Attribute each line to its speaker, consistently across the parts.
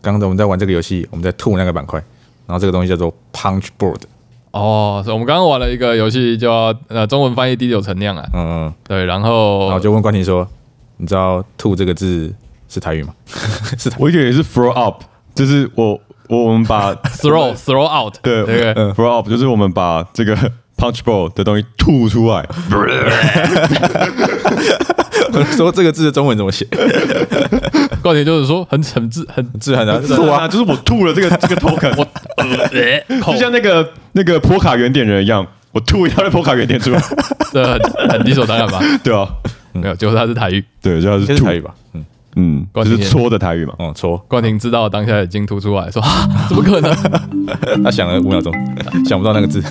Speaker 1: 刚才我们在玩这个游戏，我们在吐那个板块，然后这个东西叫做 punch board。
Speaker 2: 哦，所以我们刚刚玩了一个游戏叫呃中文翻译第九层量啊，
Speaker 1: 嗯嗯，
Speaker 2: 对，然
Speaker 1: 然后
Speaker 2: 后
Speaker 1: 我就问关婷说：“你知道吐这个字是台语吗？” 是台
Speaker 3: 我以为是 throw up，就是我我我们 把
Speaker 2: throw throw out，对
Speaker 3: 对
Speaker 2: 不对，
Speaker 3: 嗯 throw up 就是我们把这个 punch bowl 的东西吐出来，
Speaker 1: 语说这个字的中文怎么写？
Speaker 2: 重点就是说很很自很
Speaker 1: 字很 难
Speaker 3: 吐啊，就是我吐 了这个这个 token，我
Speaker 2: 口
Speaker 3: 就像那个那个波卡原点人一样，我吐一下波卡原点出 来，
Speaker 2: 这很很理所当然吧？
Speaker 3: 对啊，
Speaker 2: 没有，结果他是台语。
Speaker 3: 对，就
Speaker 1: 应该
Speaker 3: 是
Speaker 1: 是
Speaker 3: 吐
Speaker 1: 台，语吧？嗯，
Speaker 3: 嗯，就是搓的台语嘛。
Speaker 1: 哦，错，
Speaker 2: 冠廷知道当下已经突出来说、啊：“怎么可能？
Speaker 1: 他想了五秒钟， 想不到那个字。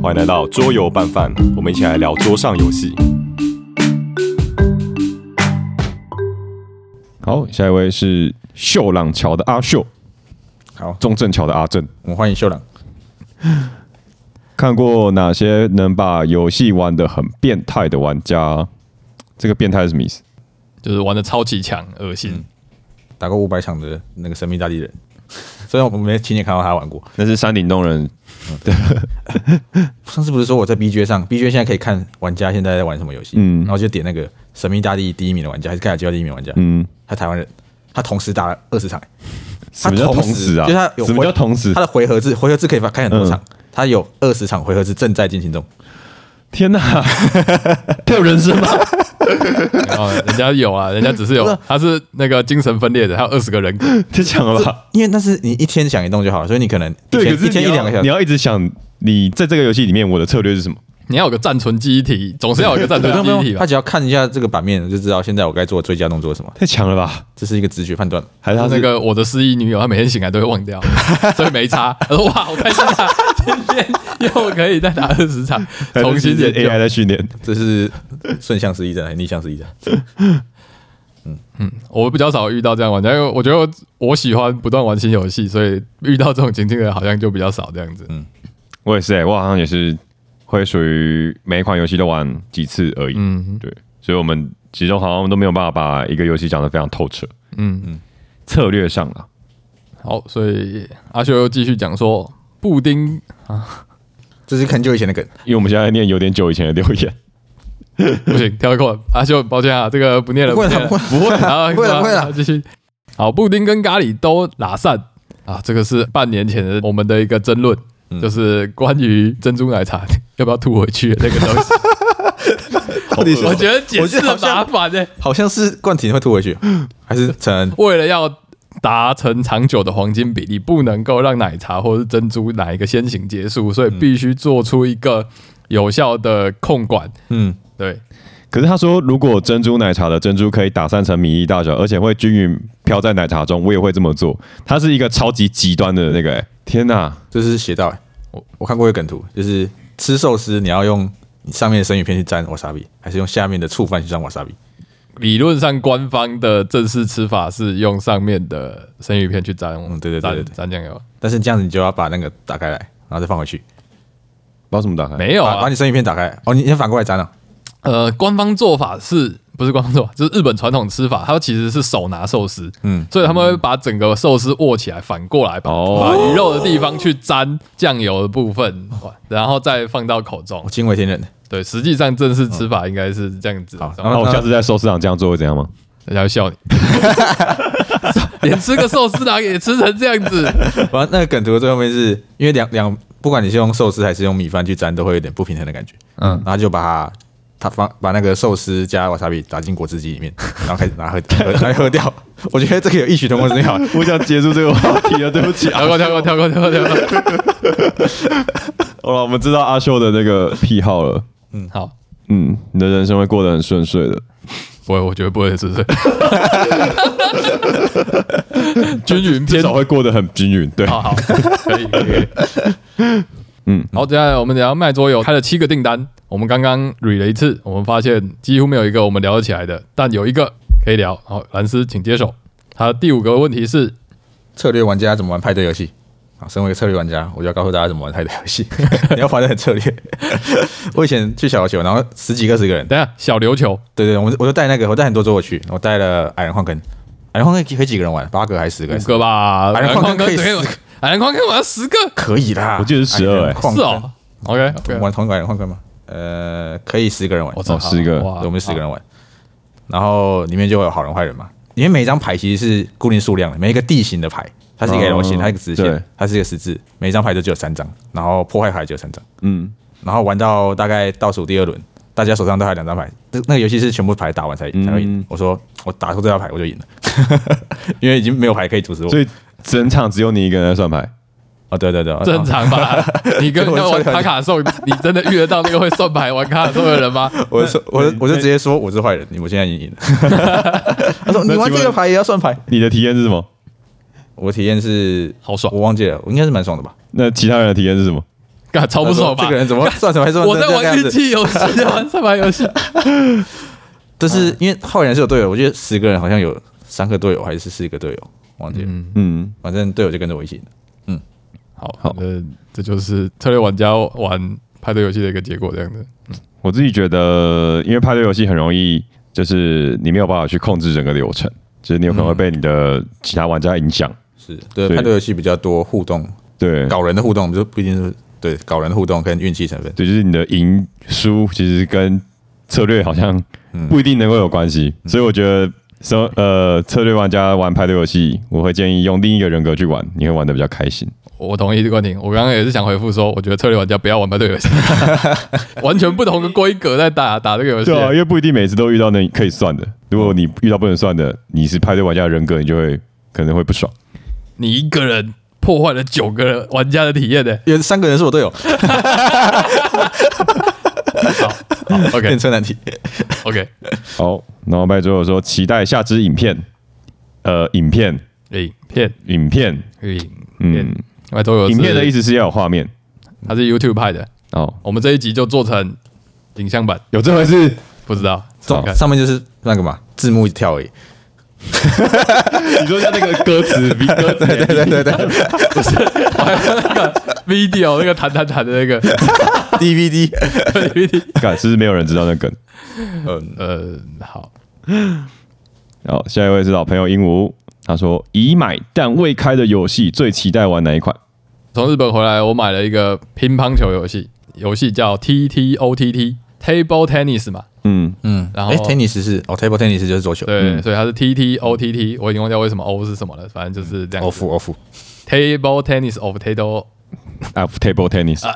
Speaker 3: 欢迎来到桌游拌饭，我们一起来聊桌上游戏。好，下一位是秀朗桥的阿秀，
Speaker 1: 好，
Speaker 3: 中正桥的阿正。
Speaker 1: 我们欢迎秀朗。
Speaker 3: 看过哪些能把游戏玩得很变态的玩家？这个变态是什么意思？
Speaker 2: 就是玩的超级强，恶心。
Speaker 1: 打过五百场的那个神秘大地人，虽然我没亲眼看到他玩过。
Speaker 3: 那是山顶洞人
Speaker 1: 上次不是说我在 B J 上，B J 现在可以看玩家现在在玩什么游戏，
Speaker 3: 嗯
Speaker 1: 然后就点那个神秘大地第一名的玩家，还是盖亚吉奥第一名的玩家，
Speaker 3: 嗯，
Speaker 1: 他台湾人，他同时打了二十场，
Speaker 3: 什么叫同时啊？
Speaker 1: 就是他有
Speaker 3: 什么
Speaker 1: 回
Speaker 3: 叫同时嗯
Speaker 1: 他？的回合制，回合制可以开很多场，他有二十场回合制正在进行中，
Speaker 3: 天 哪，他有人生吗？
Speaker 2: 然后人家有啊，人家只是有，他是那个精神分裂的，他有二十个人格，
Speaker 3: 太强了吧！
Speaker 1: 因为那是你一天想一动就好了，所以你可能一
Speaker 3: 对，
Speaker 1: 天
Speaker 3: 可是
Speaker 1: 一天
Speaker 3: 你
Speaker 1: 一
Speaker 3: 要
Speaker 1: 两个小
Speaker 3: 你
Speaker 1: 时。
Speaker 3: 要一直想，你在这个游戏里面我的策略是什么？
Speaker 2: 你要有个暂存记忆体，总是要有一个暂
Speaker 1: 不
Speaker 2: 存
Speaker 1: 啊用不
Speaker 2: 记忆体
Speaker 1: 用，
Speaker 2: 吧
Speaker 1: 他？只要看一下这个版面就知道现在我该做的最佳动作是什么，
Speaker 3: 太强了吧？
Speaker 1: 这是一个直觉判断。
Speaker 3: 还是他是
Speaker 2: 那个我的失忆女友，她每天醒来都会忘 掉，所以没差。她说哇，好开心啊，今天又可以再打二十场，
Speaker 3: 还是
Speaker 2: 重新
Speaker 3: 是
Speaker 2: 研究
Speaker 3: AI。在训练？
Speaker 1: 这是顺向失忆症还是逆向失忆症？
Speaker 2: 我比较少遇到这样玩家，因为我觉得我喜欢不断玩新游戏，所以遇到这种情境的好像就比较少这样子。
Speaker 3: 我也是、欸，我好像也是会属于每一款游戏都玩几次而已。
Speaker 2: 嗯
Speaker 3: 对，所以我们其中好像都没有办法把一个游戏讲得非常透彻。
Speaker 2: 嗯
Speaker 3: 嗯，策略上啊，
Speaker 2: 好，所以阿修又继续讲说，布丁
Speaker 1: 这是很久以前的梗，
Speaker 3: 因为我们现在念有点久以前的留言，
Speaker 2: 不行，跳过阿修，抱歉啊，这个不念了，
Speaker 1: 不会
Speaker 2: 念
Speaker 1: 了
Speaker 2: 了，不会，好
Speaker 1: 不会了不会了
Speaker 2: 好继续。好，布丁跟咖喱都拉散啊，这个是半年前的我们的一个争论，就是关于珍珠奶茶要不要吐回去的那个东西。
Speaker 1: 到 底是
Speaker 2: 我觉得解
Speaker 1: 我觉
Speaker 2: 释
Speaker 1: 得好
Speaker 2: 很麻
Speaker 1: 像
Speaker 2: 烦呢、欸
Speaker 1: 好像是冠廷会吐回去，还是陈恩？
Speaker 2: 为了要达成长久的黄金比例，不能够让奶茶或是珍珠哪一个先行结束，所以必须做出一个有效的控管。
Speaker 1: 嗯，
Speaker 2: 对，
Speaker 3: 可是他说，如果珍珠奶茶的珍珠可以打散成米粒大小，而且会均匀飘在奶茶中，我也会这么做。它是一个超级极端的那个、欸，天哪！
Speaker 1: 这是写到、欸、我我看过一个梗图，就是吃寿司你要用你上面的生鱼片去沾 wasabi，还是用下面的醋饭去沾 wasabi？
Speaker 2: 理论上官方的正式吃法是用上面的生鱼片去沾，
Speaker 1: 嗯对对对
Speaker 2: 沾
Speaker 1: 对对
Speaker 2: 沾酱油，
Speaker 1: 但是这样子你就要把那个打开来，然后再放回去，
Speaker 3: 不知道怎么打开，
Speaker 2: 没有
Speaker 1: 把把
Speaker 2: 啊
Speaker 1: 你。生鱼片打开来，哦，你先反过来沾啊。
Speaker 2: 呃，官方做法是不是官方做法？就是日本传统吃法，它其实是手拿寿司，
Speaker 1: 嗯
Speaker 2: 嗯，所以他们会把整个寿司握起来，反过来把、
Speaker 3: 哦
Speaker 2: 把鱼肉的地方去沾酱油的部分，哇然后再放到口中
Speaker 1: 我。惊为天人，
Speaker 2: 对，实际上正式吃法应该是这样子。
Speaker 1: 好
Speaker 2: 然
Speaker 1: 然
Speaker 2: 后
Speaker 1: 后
Speaker 3: 那我下次在寿司长这样做会怎样吗？
Speaker 2: 人家会 笑你，连吃个寿司郎也吃成这样 子。
Speaker 1: 完了那个梗图的最后面是因为两两，不管你是用寿司还是用米饭去沾，都会有点不平衡的感觉。嗯，然后就把它它放把那个寿司加 wasabi 打进果汁机里面，然后开始拿喝 喝拿喝掉。我觉得这个有异曲同工之妙。
Speaker 3: 我想结束这个话题了，对不 起啊
Speaker 2: 跳。过，跳过，跳过，跳过，跳过。
Speaker 3: 好了，我们知道阿秀的那个癖好了。
Speaker 2: 好，
Speaker 3: 嗯，你的人生会过得很顺遂的。
Speaker 2: 不会，我觉得不会，是不 是？均匀
Speaker 3: 至
Speaker 2: 偏
Speaker 3: 少会过得很均匀。对，
Speaker 2: 好好，可以可以。嗯，好，接下来我们聊卖桌游，开了七个订单。我们刚刚捋了一次，我们发现几乎没有一个我们聊得起来的，但有一个可以聊。好，兰斯，请接手。他第五个问题是，
Speaker 1: 策略玩家怎么玩派对游戏？啊，身为一个策略玩家，我就要告诉大家怎么玩派对游戏。 你要玩的很策略。 我以前去小琉球，然后十几个十个人，
Speaker 2: 等一下小琉球
Speaker 1: 对对，我我就带那个，我带很多桌我去，我带了矮人矿坑，海南矿坑可以几个人玩？八个还是十个还
Speaker 2: 五
Speaker 3: 嗯
Speaker 1: 是？
Speaker 2: 个
Speaker 1: 海
Speaker 2: 吧，海
Speaker 1: 南
Speaker 2: 南
Speaker 1: 矿
Speaker 2: 矿
Speaker 1: 坑
Speaker 2: 坑
Speaker 1: 可以
Speaker 2: 哎可以
Speaker 1: 四
Speaker 2: 玩，海南矿坑玩十个，
Speaker 1: 可以啦，
Speaker 3: 我记得是12
Speaker 1: 海南
Speaker 3: 欸
Speaker 1: 矿
Speaker 2: 是
Speaker 1: 坑
Speaker 2: 哦，OK OK，
Speaker 1: 玩同一个海南矿坑吗？呃，可以十个人玩，
Speaker 3: 操十个
Speaker 1: 对我们十个人玩，然后里面就会有好人坏人嘛。因为每张牌其实是固定数量的，每一个地形的牌，它是一个 L 型，
Speaker 3: 哦
Speaker 1: 它一个直
Speaker 3: 对
Speaker 1: 线，它是一个十字，每一张牌都只有三张，然后破坏牌只有三张，
Speaker 3: 嗯，
Speaker 1: 然后玩到大概倒数第二轮，大家手上都还有两张牌，那那个游戏是全部牌打完才才会赢
Speaker 3: 嗯。
Speaker 1: 我说我打出这张牌我就赢了， 因为已经没有牌可以阻止我
Speaker 3: 所。以整场只有你一个人在算牌，
Speaker 1: 哦，对对对，
Speaker 2: 正常吧？你跟那玩卡卡颂，你真的遇得到那个会算牌玩卡卡颂的人吗？
Speaker 1: 哦我说，我就我就直接说我是坏人，你我现在已经 赢了。他说
Speaker 3: 那
Speaker 1: 你玩
Speaker 3: 请问
Speaker 1: 这个牌也要算牌？
Speaker 3: 你的体验是什么？
Speaker 1: 我体验是
Speaker 2: 好爽
Speaker 1: 我忘记了，我应该是蛮爽的吧？
Speaker 3: 那其他人的体验是什么？
Speaker 2: 干哦超不
Speaker 1: 他说
Speaker 2: 爽吧
Speaker 1: 这？个人怎么算什么还算
Speaker 2: 我在
Speaker 1: 成这个
Speaker 2: 玩
Speaker 1: 样
Speaker 2: 运
Speaker 1: 子？
Speaker 2: 气游戏，嗯在玩算牌游戏，
Speaker 1: 但是因为坏人是有队友，我记得十个人好像有三个队友还是四个队友，忘记了。
Speaker 3: 嗯，
Speaker 1: 反正队友就跟着我一起。
Speaker 2: 好好的，这就是策略玩家玩派对游戏的一个结果，这样子。
Speaker 3: 我自己觉得，因为派对游戏很容易，就是你没有办法去控制整个流程，就是你有可能会被你的其他玩家影响。
Speaker 1: 是对
Speaker 3: 所以
Speaker 1: 派对游戏比较多互动，
Speaker 3: 对，
Speaker 1: 搞人的互动就不一定是对搞人的互动跟运气成分。
Speaker 3: 对，就是你的赢输其实跟策略好像不一定能够有关系，所以我觉得。说呃，策略玩家玩派对游戏，我会建议用另一个人格去玩，你会玩的比较开心。
Speaker 2: 我同意这个观点，我刚刚也是想回复说，我觉得策略玩家不要玩派对游戏， 完全不同的规格在打打这个游戏
Speaker 3: 对。啊，因为不一定每次都遇到那可以算的。如果你遇到不能算的，你是派对玩家的人格，你就会可能会不爽。
Speaker 2: 你一个人破坏了九个玩家的体验呢。
Speaker 1: 有三个人是我队友，
Speaker 2: 好好，OK
Speaker 1: 变成难题。
Speaker 2: OK，
Speaker 3: 好，然后拜卓友说期待下支影片，呃，影片，
Speaker 2: 影片
Speaker 3: 影片，
Speaker 2: 影片
Speaker 3: 嗯，，
Speaker 2: 外头有
Speaker 3: 影片的意
Speaker 2: 思，
Speaker 3: 思是要有画面
Speaker 2: 它是 YouTube 派的，
Speaker 3: 哦，
Speaker 2: 我们这一集就做成影像版，
Speaker 3: 有这回事？
Speaker 2: 不知道
Speaker 1: 中
Speaker 2: 看
Speaker 1: 上面就是那个嘛，字幕一跳 而已。
Speaker 3: 你说像那个歌 词，比歌词
Speaker 1: 对对对对
Speaker 2: video 那个弹弹弹的那个
Speaker 1: ，DVD。
Speaker 2: DVD，
Speaker 3: 感是不是没有人知道那梗？
Speaker 1: 嗯，
Speaker 2: 呃，好，
Speaker 3: 好，下一位是老朋友鹦鹉，他说已买但未开的游戏最期待玩哪一款？
Speaker 2: 从日本回来，我买了一个乒乓球游戏，游戏叫 TTOTT Table Tennis 嘛，
Speaker 3: 嗯，
Speaker 1: 嗯，
Speaker 2: 然后
Speaker 1: 哎，tennis 是哦，table tennis 就是桌球，
Speaker 2: 对，
Speaker 3: 嗯
Speaker 2: 所以它是 TTOTT，我已经忘掉为什么 O 是什么了，反正就是这样子。
Speaker 3: 哦
Speaker 1: ，off off，
Speaker 2: Table Tennis of Table
Speaker 3: 啊，Table Tennis，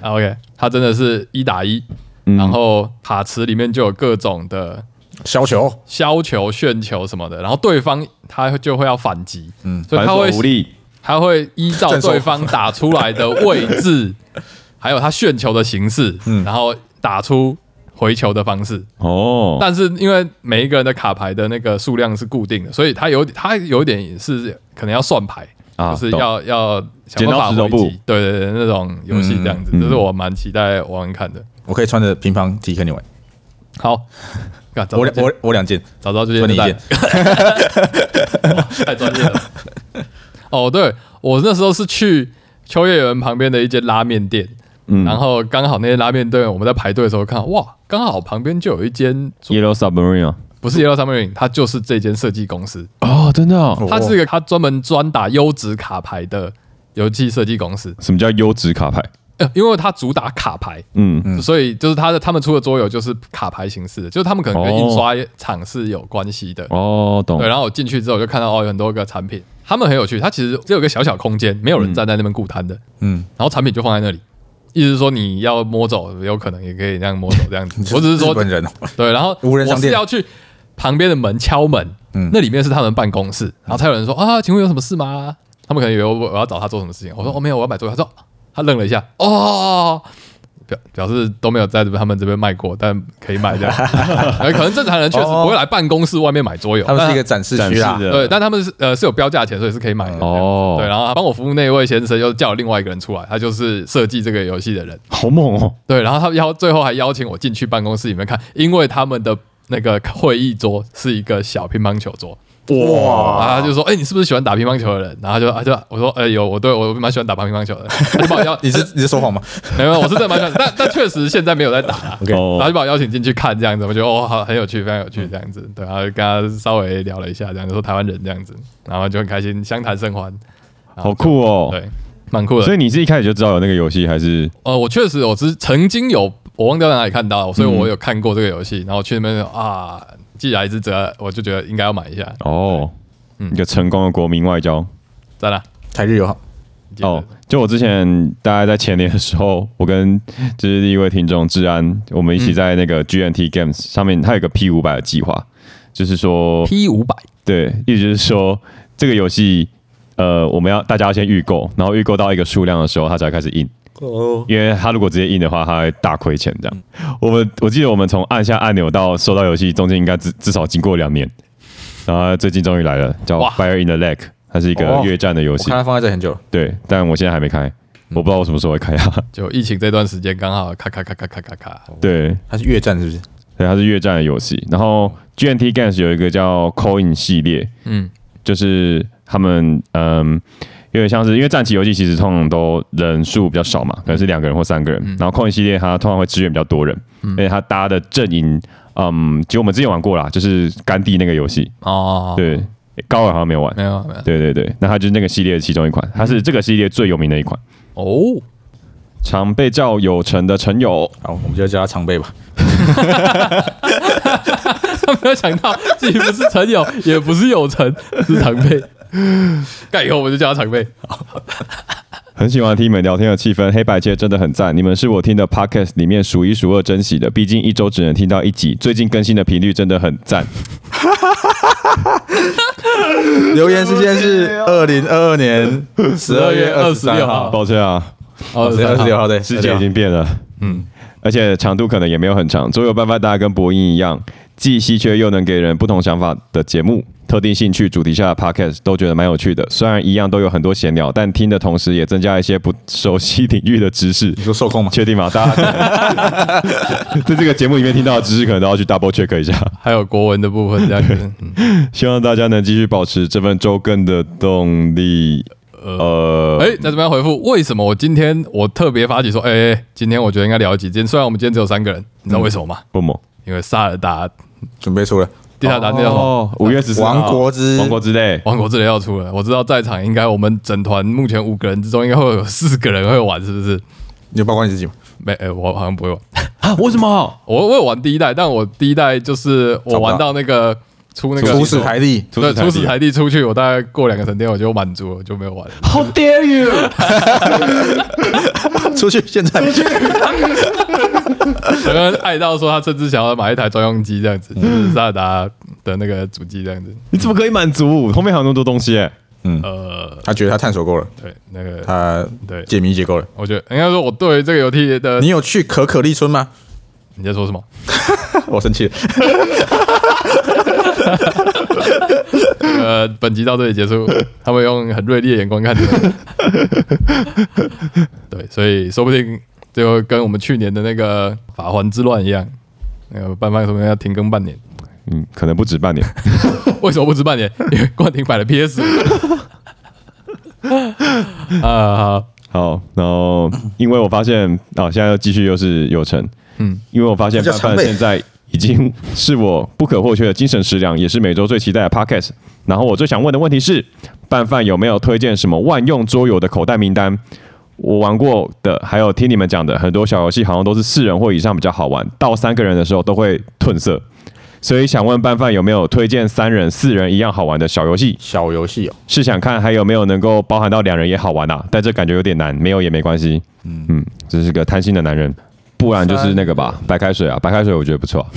Speaker 2: 啊，OK，它真的是一打一，
Speaker 3: 嗯
Speaker 2: 然后卡池里面就有各种的
Speaker 1: 削球，
Speaker 2: 削球、旋球什么的，然后对方他就会要反击，嗯，所以
Speaker 3: 反
Speaker 2: 他
Speaker 3: 手
Speaker 2: 会
Speaker 3: 无力，
Speaker 2: 他会依照
Speaker 1: 战术
Speaker 2: 对方打出来的位置， 还有他旋球的形式，
Speaker 3: 嗯
Speaker 2: 然后打出回球的方式。
Speaker 3: 哦，
Speaker 2: 但是因为每一个人的卡牌的那个数量是固定的，所以他有他有一点是可能要算牌，
Speaker 3: 啊
Speaker 2: 就是
Speaker 3: 懂
Speaker 2: 要要想
Speaker 3: 剪
Speaker 2: 办
Speaker 3: 刀
Speaker 2: 法
Speaker 3: 石头
Speaker 2: 回
Speaker 3: 布嗯
Speaker 2: 击，对对对，那种游戏这样子，这是我蛮期待玩玩看的。
Speaker 1: 我可以穿着乒乓踢跟你玩，
Speaker 2: 好，干早
Speaker 1: 我
Speaker 2: 知
Speaker 1: 两
Speaker 2: 道
Speaker 1: 我我两件，
Speaker 2: 早知道就
Speaker 1: 说
Speaker 2: 先
Speaker 1: 你一
Speaker 2: 带
Speaker 1: 件
Speaker 2: 了。， 太专业了。哦，对，我那时候是去秋叶原旁边的一间拉面店，
Speaker 1: 嗯
Speaker 2: 然后刚好那间拉面店我们在排队的时候看，哇，刚好旁边就有一间
Speaker 3: Yellow Submarine 啊
Speaker 2: 不是 Yellow Submarine，它就是这间设计公司，
Speaker 3: 哦，真的哦，
Speaker 2: 它是一个它专门专打优质卡牌的游戏设计公司，
Speaker 3: 什么叫优质卡牌？
Speaker 2: 呃，因为它主打卡牌。
Speaker 3: 嗯，
Speaker 2: 所以就是它的他们出的桌游就是卡牌形式的，就是他们可能
Speaker 1: 哦
Speaker 2: 跟印刷厂是有关系的。
Speaker 3: 哦，
Speaker 1: 嗯
Speaker 3: 懂
Speaker 2: 对，，然后我进去之后就看到哦，有很多个产品，他们很有趣，它其实只有个小小空间，没有人站在那边顾摊的，
Speaker 1: 嗯，
Speaker 2: 然后产品就放在那里，意思是说你要摸走，有可能也可以这样摸走这 样子。我只是说
Speaker 1: 日，本人哦，
Speaker 2: 对，然后
Speaker 1: 无人商
Speaker 2: 我
Speaker 1: 店嗯
Speaker 2: 是要去旁边的门敲门，那里面是他们办公室，然后才有人说啊，请问有什么事吗？他们可能以为我我要找他做什么事情，我说哦没有，我要买桌游，他说他愣了一下，哦。表表示都没有在他们这边卖过，但可以 买这样。哎可能正常人确实不会来办公室外面买桌游，
Speaker 1: 哦他们
Speaker 2: 但
Speaker 1: 是一个展示
Speaker 3: 展
Speaker 1: 区啊
Speaker 3: 示
Speaker 1: 啦，
Speaker 3: 的
Speaker 2: 对，但他们是呃是有标价钱，所以是可以买的。
Speaker 3: 哦
Speaker 2: 对，然后帮我服务那一位先生又叫另外一个人出来，他就是设计这个游戏的人。
Speaker 3: 好猛哦，
Speaker 2: 对，然后他邀最后还邀请我进去办公室里面看，因为他们的那个会议桌是一个小乒乓球桌，哇！然后他就说：“哎、你是不是喜欢打乒乓球的人？”然后他就他就我说：“哎、有，我对我蛮喜欢打乒乓球的。”他就把我邀，
Speaker 1: 你是你是说谎吗？
Speaker 2: 没有，我是真的蛮喜欢， 但但确实现在没有在打啦。然后
Speaker 3: 哦
Speaker 2: 就把我邀请进去看，这样子，我觉得哦，好很有趣，非常有趣，这样子。对，然后就跟他稍微聊了一下，这样子说台湾人这样子，然后就很开心，相谈甚欢，
Speaker 3: 好酷哦！
Speaker 2: 对，蛮酷的。
Speaker 3: 所以你是一开始就知道有那个游戏，还是
Speaker 2: 呃，我确实我是曾经有，我忘掉在哪里看到，所以
Speaker 3: 嗯
Speaker 2: 我有看过这个游戏，然后去那边啊，既来之则，我就觉得应该要买一下，
Speaker 3: 哦，一个成功的国民外交？
Speaker 2: 在哪？
Speaker 1: 台日友好，
Speaker 3: 哦，就我之前大概在前年的时候，我跟就是一位听众治安，我们一起在那个 GNT Games 上面，它有一个 P 五百的计划，就是说，
Speaker 2: ，P 五百，
Speaker 3: 对，意思就是说这个游戏，呃，我们要大家要先预购，然后预购到一个数量的时候，它才开始印。
Speaker 1: 哦，嗯
Speaker 3: 因为他如果直接印的话，他会大亏钱这样。我们我记得我们从按下按钮到收到游戏中间应该至至少经过两年，然后最近终于来了，叫
Speaker 2: 哇
Speaker 3: 《Fire in the Lake》，它是一个
Speaker 1: 哦
Speaker 3: 越战的游
Speaker 1: 我
Speaker 3: 戏
Speaker 1: 看。嗯他放在这很久了，
Speaker 3: 对，但我现在还没开，我不知道我什么时候会开啊它。
Speaker 2: 就疫情这段时间刚好咔咔咔咔咔咔咔，
Speaker 1: 哦
Speaker 3: 对，
Speaker 1: 他是越战是不是？
Speaker 3: 对，它是越战的游戏。然后 GNT Games 有一个叫 Coin 系列，
Speaker 2: 嗯，
Speaker 3: 就是他们嗯，有点像是因为战棋游戏其实通常都人数比较少嘛，可能是两个人或三个人。然后 Coin 系列它通常会支援比较多人，而且它搭的阵营，嗯，其实我们之前玩过啦，就是甘地那个游戏，
Speaker 2: 哦，，嗯
Speaker 3: 对，高尔好像没有玩。
Speaker 2: 没有没有，
Speaker 3: 对对对，那它就是那个系列的其中一款，它是这个系列最有名的一款，
Speaker 2: 哦，
Speaker 3: 常被叫有成的成友。
Speaker 1: 好，我们就叫他常备吧。
Speaker 2: 没有想到自己不是陈友，也不是有成， 是常备。盖以后我就叫他常备，
Speaker 3: 很喜欢听你们聊天的气氛，黑白切真的很赞。你们是我听的 podcast 里面数一数二珍惜的，毕竟一周只能听到一集。最近更新的频率真的很赞。
Speaker 1: 留言时间是二零二二年十二月二十
Speaker 2: 22
Speaker 1: 三
Speaker 2: 号
Speaker 1: 号，
Speaker 3: 抱歉啊，
Speaker 2: 哦
Speaker 1: 十二十六号对，
Speaker 3: 世界已
Speaker 1: 26
Speaker 3: 经变了，嗯，而且长度可能也没有很长。总有办法，大家跟博音一样，既稀缺又能给人不同想法的节目。特定兴趣主题下的 podcast 都觉得蛮有趣的，虽然一样都有很多闲聊，但听的同时也增加一些不熟悉领域的知识
Speaker 1: 你。说受控吗？
Speaker 3: 确定吗？大家可能在这个节目里面听到的知识，可能都要去 double check 一下。
Speaker 2: 还有国文的部分这样子，嗯
Speaker 3: 希望大家能继续保持这份周更的动力。呃，
Speaker 2: 哎、在这边回复，为什么我今天我特别发起说，哎、哎今天我觉得应该聊几件，虽然我们今天只有三个人，你知道为什么吗？
Speaker 3: 不猛，
Speaker 2: 因为萨尔达
Speaker 1: 准备出了，
Speaker 2: 第三打那叫什么
Speaker 3: 哦，五月十四，
Speaker 1: 王国之
Speaker 3: 王国之泪，
Speaker 2: 王国之泪要出了，我知道在场应该我们整团目前五个人之中，应该会有四个人会玩，是不是？
Speaker 1: 你就包括你自己吗？
Speaker 2: 没，哎、我好像不会玩，
Speaker 3: 啊？为什么？
Speaker 2: 我我有玩第一代，但我第一代就是我玩到那个出那个
Speaker 1: 出使台历，
Speaker 2: 对，
Speaker 3: 出
Speaker 2: 初
Speaker 3: 使
Speaker 2: 始
Speaker 3: 台
Speaker 2: 台地出去，我大概过两个神殿我就满足了，我就没有玩了。
Speaker 3: ，How dare you！
Speaker 1: 出去现在
Speaker 2: 我刚刚爱到说，他甚至想要买一台专用机这样子，就是萨尔达的那个主机这样子。
Speaker 3: 你怎么可以满足？后面还有那么多东西、欸，
Speaker 2: 呃，
Speaker 1: 他觉得他探索够了，
Speaker 2: 对，那个
Speaker 1: 他
Speaker 2: 对，
Speaker 1: 解谜解够了。
Speaker 2: 我觉得应该说我对于这个游戏的
Speaker 1: 你有去可可利村吗？
Speaker 2: 你在说什么？
Speaker 1: 我生气了，
Speaker 2: 呃，本集到这里结束，他们用很锐利的眼光看你们。对，所以说不定就跟我们去年的那个法环之乱一样，那个半半说不定要停更半年。
Speaker 3: 嗯，可能不止半年。
Speaker 2: 为什么不止半年？ 因为冠廷买了 PS 啊、好
Speaker 3: 好，然后因为我发现啊，现在又继续又是有成，嗯
Speaker 2: 嗯，
Speaker 3: 因为我发现
Speaker 1: 这
Speaker 3: 范
Speaker 1: 叫常
Speaker 3: 范
Speaker 1: 备
Speaker 3: 现在已经是我不可或缺的精神食粮，也是每周最期待的 podcast。然后我最想问的问题是，范范有没有推荐什么万用桌游的口袋名单？我玩过的，还有听你们讲的很多小游戏，好像都是四人或以上比较好玩，到三个人的时候都会褪色。所以想问范范有没有推荐三人、四人一样好玩的小游戏？
Speaker 1: 小游戏哦，
Speaker 3: 是想看还有没有能够包含到两人也好玩啊，但这感觉有点难，没有也没关系。嗯嗯，这是个贪心的男人，不然就是那个吧，白开水啊，白开水我觉得不错 啊、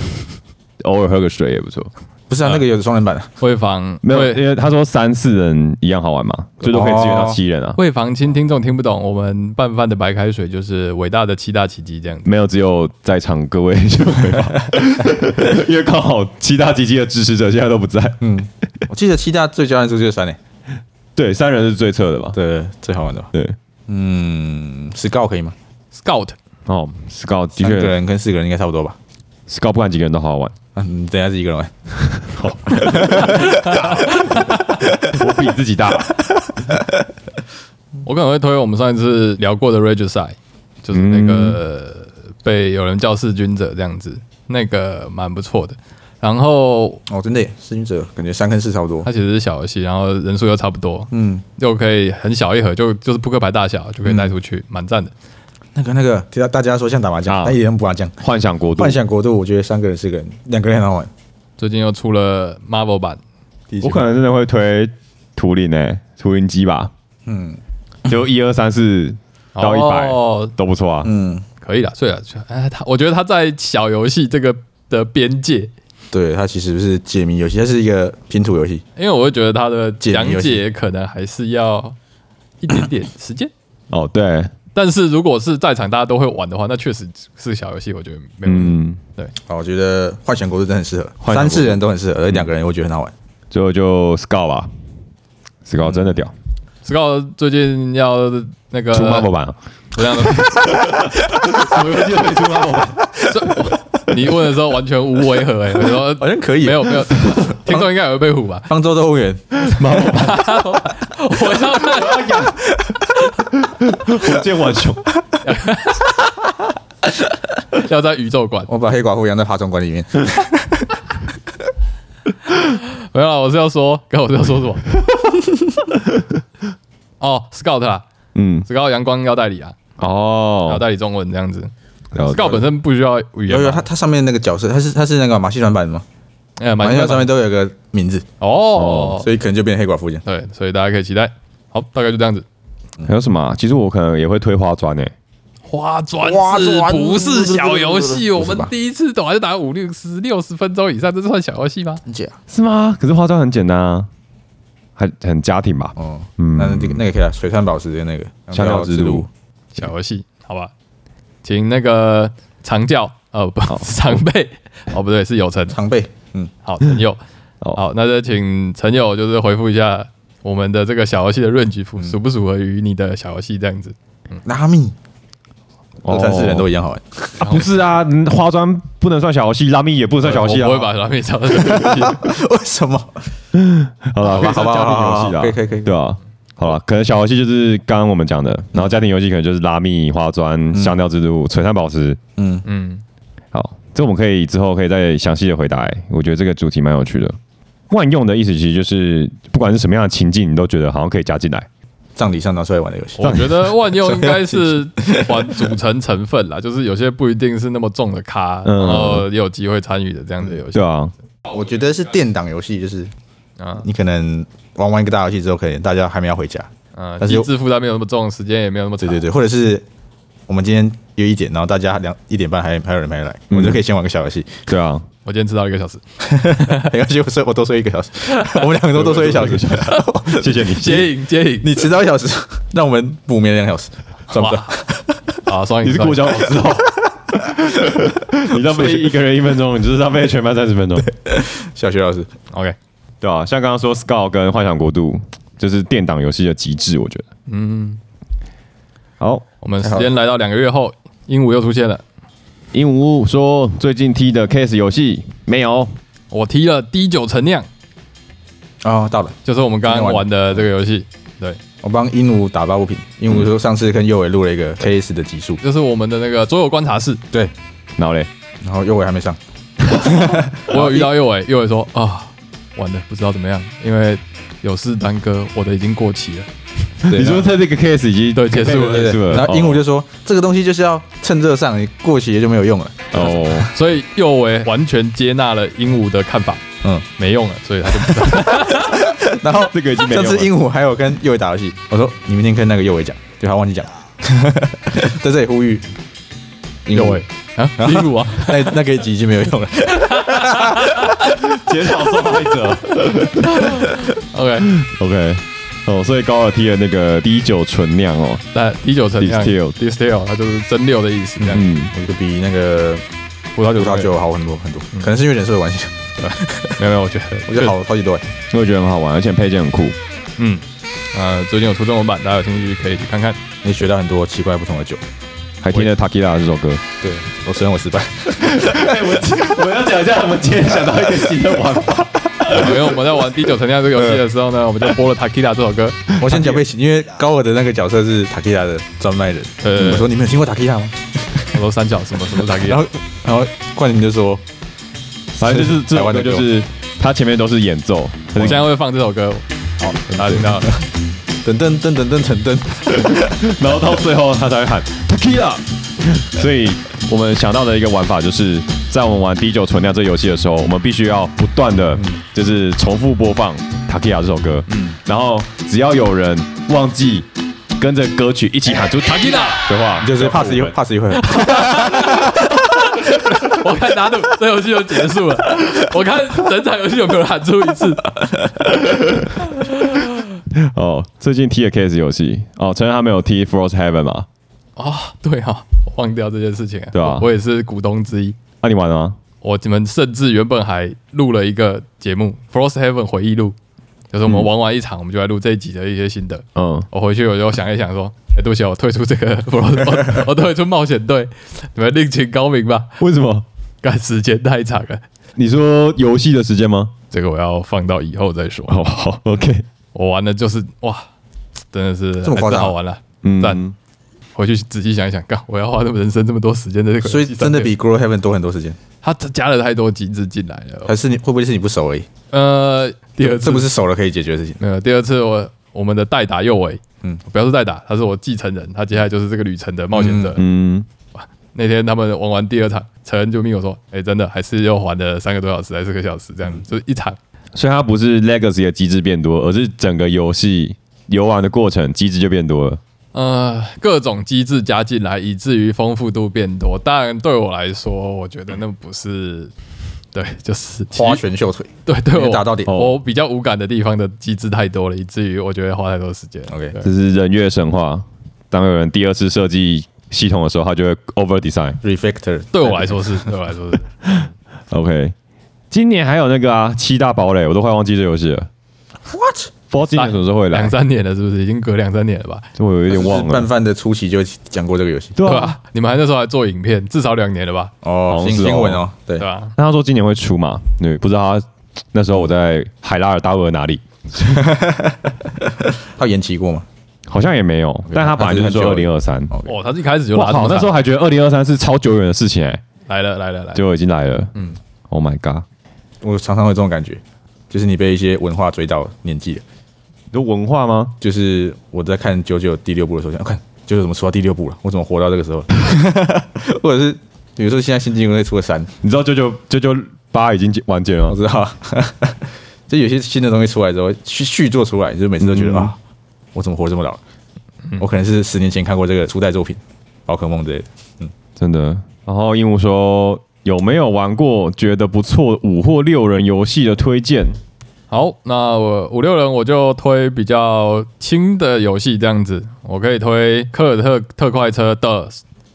Speaker 3: 偶尔喝个水也不错。
Speaker 1: 不是啊，那个有双人版的，
Speaker 2: 魏房
Speaker 3: 没有，
Speaker 2: 魏
Speaker 3: 因为他说三四人一样好玩嘛，最多可以支援到七人啊。
Speaker 2: 魏房亲听众听不懂，我们拌饭的白开水就是伟大的七大奇迹这样子。
Speaker 3: 没有，只有在场各位就没法，因为刚好七大奇迹的支持者现在都不在。
Speaker 1: 我记得七大最佳的就是这三诶，
Speaker 3: 对，三人是最侧的吧？
Speaker 1: 对，最好玩的吧。
Speaker 3: 对，
Speaker 1: 嗯，Scout 可以吗？
Speaker 2: Scout
Speaker 3: 哦，Scout 的
Speaker 1: 三个
Speaker 3: 确
Speaker 1: 人跟四个人应该差不多吧。
Speaker 3: ，Scout 不管几个人都好好玩。
Speaker 1: 嗯，等一下是一个人玩，
Speaker 3: 好，我比自己大。
Speaker 2: 我可能会推我们上一次聊过的 Regicide，就是那
Speaker 3: 嗯
Speaker 2: 个被有人叫弑君者这样子，那个蛮不错的。然后
Speaker 1: 哦，真的耶，失君者感觉三跟四差不多
Speaker 2: 它。其实是小游戏，然后人数又差不多，
Speaker 1: 嗯，
Speaker 2: 又可以很小一盒，就就是扑克牌大小就可以带出去，蛮赞的。
Speaker 1: 那个那个，听到大家说像打麻将
Speaker 3: 啊，
Speaker 1: 但也很不麻将。
Speaker 3: 幻想国度，
Speaker 1: 幻想国度，我觉得三个人、四个人、两个人很好玩。
Speaker 2: 最近又出了 Marvel 版，
Speaker 1: 第一集
Speaker 3: 我可能真的会推图灵诶，图灵机吧，
Speaker 1: 嗯
Speaker 3: 就一二三四到一百
Speaker 2: 哦，
Speaker 3: 都不错啊。
Speaker 1: 嗯，
Speaker 2: 可以了，所以了，就哎，他我觉得他在小游戏这个的边界，
Speaker 1: 对，它其实不是解谜游戏，它是一个拼图游戏。
Speaker 2: 因为我会觉得他的
Speaker 1: 解谜
Speaker 2: 讲
Speaker 1: 游戏
Speaker 2: 解可能还是要一点点时间。
Speaker 3: 哦，对，
Speaker 2: 但是如果是在场大家都会玩的话，那确实是小游戏，我觉得没有。
Speaker 3: 嗯，
Speaker 1: 好，哦我觉得幻想国度真的很适合，
Speaker 3: 幻
Speaker 1: 三
Speaker 3: 想国度
Speaker 1: 四人都很适合，而且两个人我觉得很好玩。
Speaker 3: 最后就 Scar 吧，Scar
Speaker 1: 嗯
Speaker 3: 真的屌，
Speaker 2: s c o 最近要那个
Speaker 3: 出 Marvel 版啊，
Speaker 2: 不让什么游戏都可以出 Marvel 版所以我你问的时候完全无违和哎、我说
Speaker 1: 好像可以耶
Speaker 2: 没有没有，听众应该也会被唬吧？
Speaker 1: 方舟动物园，
Speaker 2: 我要问
Speaker 3: 火箭浣熊，
Speaker 2: 要在宇宙馆。
Speaker 1: 我把黑寡妇养在爬虫馆里面。
Speaker 2: 没有啦，我是要说，刚我是要说什 么？哦，Scout 啦
Speaker 3: 嗯，
Speaker 2: ，Scout 阳光要代理啊，然后
Speaker 3: 哦，
Speaker 2: 代理中文这样子。
Speaker 3: 了解
Speaker 2: Scout 本身不需要语
Speaker 1: 有有，
Speaker 2: 言
Speaker 1: 它
Speaker 2: 吧，
Speaker 1: 它上面那个角色，它是它是那个马戏团版的吗？
Speaker 2: 哎，
Speaker 1: 马
Speaker 2: 蛮
Speaker 1: 戏团
Speaker 2: 像
Speaker 1: 上面都有个名字，
Speaker 2: 哦，
Speaker 1: 所以可能就变成黑寡妇一样。
Speaker 2: 对，所以大家可以期待。好，大概就这样子。
Speaker 3: 还有什么啊？其实我可能也会推花砖欸诶，
Speaker 2: 花砖
Speaker 1: 花
Speaker 2: 是
Speaker 1: 砖
Speaker 2: 不是小游戏？
Speaker 1: 不
Speaker 2: 我
Speaker 1: 是吧
Speaker 2: 们第一次懂还是打五六十六十分钟以上，这算小游戏吗？
Speaker 1: 真假？
Speaker 3: 是吗？可是花砖很简单啊，很很家庭吧？
Speaker 1: 哦，
Speaker 3: 嗯
Speaker 1: 那那个那个可以啊，璀璨宝石的那个
Speaker 3: 香料之路，
Speaker 2: 小游戏，好吧，请那个长教，呃，不，长辈，哦，不对，是有成，
Speaker 1: 常备，嗯，
Speaker 2: 好，陈佑。
Speaker 3: 哦
Speaker 2: 好，那就请陈友就是回复一下我们的这个小游戏的论据
Speaker 1: 嗯
Speaker 2: 符符不符合于你的小游戏这样子。
Speaker 1: 拉米，
Speaker 3: 哦
Speaker 1: 三四人都一样好玩。
Speaker 3: 啊，不是啊，嗯花砖不能算小游戏，拉米也不能算小游戏啊。
Speaker 2: 我不会把拉面当成小游戏。
Speaker 1: 为什么？
Speaker 3: 好
Speaker 1: 好吧
Speaker 3: 了，可以算
Speaker 1: 好吧
Speaker 3: 家庭游戏
Speaker 1: 好吧好吧
Speaker 3: 啦，
Speaker 1: 可以可以可以
Speaker 3: 对啊，好了，可能小游戏就是刚刚我们讲的，然后家庭游戏可能就是拉密、花砖、香料之路、璀璨宝石。
Speaker 1: 嗯，
Speaker 2: 嗯，
Speaker 3: 好，这我们可以之后可以再详细的回答、欸。我觉得这个主题蛮有趣的。万用的意思其实就是不管是什么样的情境，你都觉得好像可以加进来。
Speaker 1: 葬礼上拿出来玩的游戏。
Speaker 2: 我觉得万用应该是玩组成成分 啦，就是有些不一定是那么重的咖，
Speaker 3: 嗯
Speaker 2: 然后也有机会参与的这样子的游戏
Speaker 3: 对啊，
Speaker 1: 我觉得是电档游戏，就是
Speaker 2: 啊。
Speaker 1: 你可能玩完一个大游戏之后，可能大家还没有回家。
Speaker 2: 嗯，
Speaker 1: 但是
Speaker 2: 机制负担没有那么重，时间也没有那么
Speaker 1: 对
Speaker 2: 长。
Speaker 1: 对对，或者是我们今天约一点，然后大家两一点半还还有人没来，我就可以先玩个小 游戏。
Speaker 3: 对啊，
Speaker 2: 我今天迟到一个小时，
Speaker 1: 没关系，我睡我多睡一个小 时，我们两个都多睡一小时。
Speaker 3: 谢谢你。
Speaker 2: 接影接影，
Speaker 1: 你迟到一小时， 让我们补眠两小时，算不算？
Speaker 2: 啊，双
Speaker 3: 你
Speaker 2: 赢
Speaker 3: 是
Speaker 2: 双
Speaker 3: 国
Speaker 2: 赢。
Speaker 3: 小老师 哦，你浪费一个人一分钟，你就是浪费全班三十分钟。
Speaker 1: 小学老师，
Speaker 2: OK，
Speaker 3: 对啊，像刚刚说 Scout 跟幻想国度，就是电档游戏的极致，我觉得。嗯，好，
Speaker 2: 我们时
Speaker 1: 太哎好了
Speaker 2: 间来到两个月后，鹦鹉又出现了。
Speaker 3: 鹦鹉说最近踢的 Case 游戏没有，
Speaker 2: 我踢了 D 九陈酿，
Speaker 1: 哦，到了，
Speaker 2: 就是我们刚
Speaker 1: 今天
Speaker 2: 刚
Speaker 1: 玩
Speaker 2: 玩的这个游戏。对，
Speaker 1: 我帮鹦鹉打抱不平。鹦鹉说上次跟右伟录了一个 case 的集数，
Speaker 2: 就是我们的那个桌游观察室，
Speaker 1: 对，
Speaker 3: 然后嘞，
Speaker 1: 然后右伟还没上，
Speaker 2: 我有遇到右伟，右伟说啊，完了不知道怎么样，因为有事耽搁，我的已经过期了。
Speaker 1: 对
Speaker 3: 你说他这个 Case 已经
Speaker 2: 对结束
Speaker 1: 对
Speaker 2: 了
Speaker 1: 哦
Speaker 3: 结
Speaker 1: 对
Speaker 3: 束
Speaker 1: 对，
Speaker 3: 了，哦
Speaker 1: 然后鹦鹉就说这个东西就是要趁热上，你过期也就没有用了。
Speaker 3: 哦，哦
Speaker 2: 所以右伟完全接纳了鹦鹉的看法，
Speaker 1: 嗯，
Speaker 2: 没用了，所以他就
Speaker 1: 然后
Speaker 3: 这个已经没有
Speaker 1: 上
Speaker 3: 了
Speaker 1: 次鹦鹉还有跟右伟打游戏，我说你明天跟那个右伟讲，对他忘 记讲，在这里呼吁鹦鹉
Speaker 2: 右伟 啊，鹦鹉啊，
Speaker 1: 那那个一集已经没有用 了。
Speaker 3: 减少受害者
Speaker 2: OK，
Speaker 3: ，OK，哦，所以高尔踢的那个 D 九纯酿哦，
Speaker 2: 那 D 九陈酿
Speaker 3: Distill
Speaker 2: distill，它就是蒸馏的意思，这样
Speaker 3: 嗯，
Speaker 1: 我就比那个
Speaker 2: 葡萄酒
Speaker 1: 葡萄酒好很多很多，可能是因为人设的关系，
Speaker 2: 没有没有，我觉得
Speaker 1: 我觉得好好几多欸。
Speaker 3: 我也觉得很好玩，而且配件很酷，
Speaker 2: 嗯，呃，最近有出中文版，大家有兴趣可以去看看。
Speaker 1: 你学到很多奇怪不同的酒。
Speaker 3: 还听了 Takila 这首歌。
Speaker 1: 对，我承认我失败。
Speaker 3: 我我要讲一下，我们今天想到一个新的玩法，
Speaker 2: 因为我们在玩第九层量这个游戏的时候呢，我们就播了《Takita》这首歌。
Speaker 1: 我先讲背 景，因为高尔的那个角色是塔 i 亚的专卖人。
Speaker 2: 对对
Speaker 1: 我说你们有听过塔 i 亚吗？
Speaker 2: 我说三角什么什么 Takita，
Speaker 1: 然 后然后冠霖就说
Speaker 3: 反正就是
Speaker 1: 台
Speaker 3: 这首
Speaker 1: 湾
Speaker 3: 歌
Speaker 1: 的歌
Speaker 3: 就是它前面都是演奏，
Speaker 2: 我现在会放这首歌，
Speaker 1: 好，
Speaker 2: 大家听到了。
Speaker 1: 噔噔噔噔噔噔噔，
Speaker 3: 然后到最后他才会喊 Takira。所以我们想到的一个玩法就是，在我们玩《滴酒存量》这游戏的时候，我们必须要不断的就是重复播放 Takira 这首歌，然后只要有人忘记跟着歌曲一起喊 出 Takira 的话，
Speaker 1: 就是
Speaker 3: 怕
Speaker 1: pass
Speaker 3: 死
Speaker 1: 一 pass 一会儿。
Speaker 2: 我看打赌，这游戏就结束了。我看整场游戏有没有人喊出一次。
Speaker 3: 哦，最近踢的 K S 游戏哦，承认他没有踢 Frost Heaven 嘛？
Speaker 2: 啊，对哈、我忘掉这件事情、啊。
Speaker 3: 对啊
Speaker 2: 我也是股东之一。
Speaker 3: 那、你玩了吗？
Speaker 2: 我你们甚至原本还录了一个节目《Frost Heaven 回忆录》，就是我们玩完一场，我们就来录这一集的一些心得。
Speaker 3: 嗯，
Speaker 2: 我回去我就想一想说，哎、对不起，我退出这个， 我我我退出冒险队，你们另请高明吧，
Speaker 3: 为什么？
Speaker 2: 赶时间太长了，
Speaker 3: 你说游戏的时间吗？
Speaker 2: 这个我要放到以后再说。
Speaker 3: 哦，好，OK，
Speaker 2: 我玩的就是哇，真的是
Speaker 1: 这么夸张
Speaker 2: 还是好玩了，
Speaker 3: 嗯
Speaker 2: 赞！回去仔细想一想，干，我要花这么人生这么多时间在 这个
Speaker 1: 所
Speaker 2: 游
Speaker 1: 以
Speaker 2: 戏上
Speaker 1: 真
Speaker 2: 面，
Speaker 1: 的比 Grow Heaven 多很多时间，
Speaker 2: 他加了太多机制进来了。
Speaker 1: 还 是你会不会是你不熟而已？
Speaker 2: 呃，第二次
Speaker 1: 这不是熟了可以解决的事情。
Speaker 2: 没有，第二次我我们的代打右尾，嗯
Speaker 1: 嗯，
Speaker 2: 不要说代打，他是我继承人，他接下来就是这个旅程的冒险者。
Speaker 3: 嗯，
Speaker 2: 那天他们玩完第二场，陈恩就命我说：“哎、真的还是又还了三个多小时，还是四个小时
Speaker 1: 嗯
Speaker 2: 这样子，就是一场。
Speaker 3: 所以它不是 Legacy 的机制变多，而是整个游戏游玩的过程机制就变多了。
Speaker 2: 呃，各种机制加进来，以至于丰富度变多。但对我来说，我觉得那不是，对，就是
Speaker 1: 花拳绣腿，
Speaker 2: 对对我
Speaker 1: 打到底
Speaker 3: 哦
Speaker 2: 我比较无感的地方的机制太多了，以至于我觉得花太多时间。
Speaker 1: OK
Speaker 2: 对
Speaker 3: 这是人月神话。当有人第二次设计系统的时候，他就会 over design。
Speaker 1: refactor
Speaker 2: 对我来说是，对我来说是。
Speaker 3: OK，今年还有那个啊，七大堡垒，我都快忘记这游戏了。
Speaker 1: what？
Speaker 3: 不知道 今年什么时候会来
Speaker 2: 两，三年了，是不是？已经隔两三年了吧？
Speaker 3: 我有一点忘
Speaker 1: 是拌
Speaker 3: 了。
Speaker 1: 饭的初期就讲过这个游戏
Speaker 3: 对
Speaker 2: 对
Speaker 3: 啊，
Speaker 2: 吧？你们还那时候还做影片，至少两年了吧？
Speaker 1: 哦
Speaker 3: 好，像
Speaker 1: 新
Speaker 3: 是哦
Speaker 1: 新闻哦，对
Speaker 2: 对，吧？
Speaker 3: 那他说今年会出嘛？对，不知道他那时候我在海拉尔大陆的哪里，
Speaker 1: 他延期过嘛？
Speaker 3: 好像也没有，但他本来就是说二
Speaker 1: 那
Speaker 3: 零二三。
Speaker 1: 哦
Speaker 2: 哦，他一开始就
Speaker 3: 哇
Speaker 2: 拉
Speaker 3: 靠，
Speaker 2: 那
Speaker 3: 那时候还觉得二零二三是超久远的事情哎、
Speaker 2: 来了来了来了，
Speaker 3: 结果已经来了。嗯，Oh my god，
Speaker 1: 我常常会有这种感觉，就是你被一些文化追到年纪了。
Speaker 3: 你说文化吗？
Speaker 1: 就是我在看九九第六部的时候，想看九九怎么出到第六部了，我怎么活到这个时候了？ 或者是比如说现在新金融会出了三，
Speaker 3: 你知道九九九九八已经结完结了
Speaker 1: 我
Speaker 3: 吗？
Speaker 1: 知道， 就有些新的东西出来之后，续续作出来，就是每次都觉得、啊，我怎么活这么老？我可能是十年前看过这个初代作品《宝可梦》之类的。
Speaker 3: 真的。然后鹦鹉说有没有玩过觉得不错五或六人游戏的推荐？
Speaker 2: 好，那我五六人我就推比较轻的游戏这样子，我可以推科尔特特快车的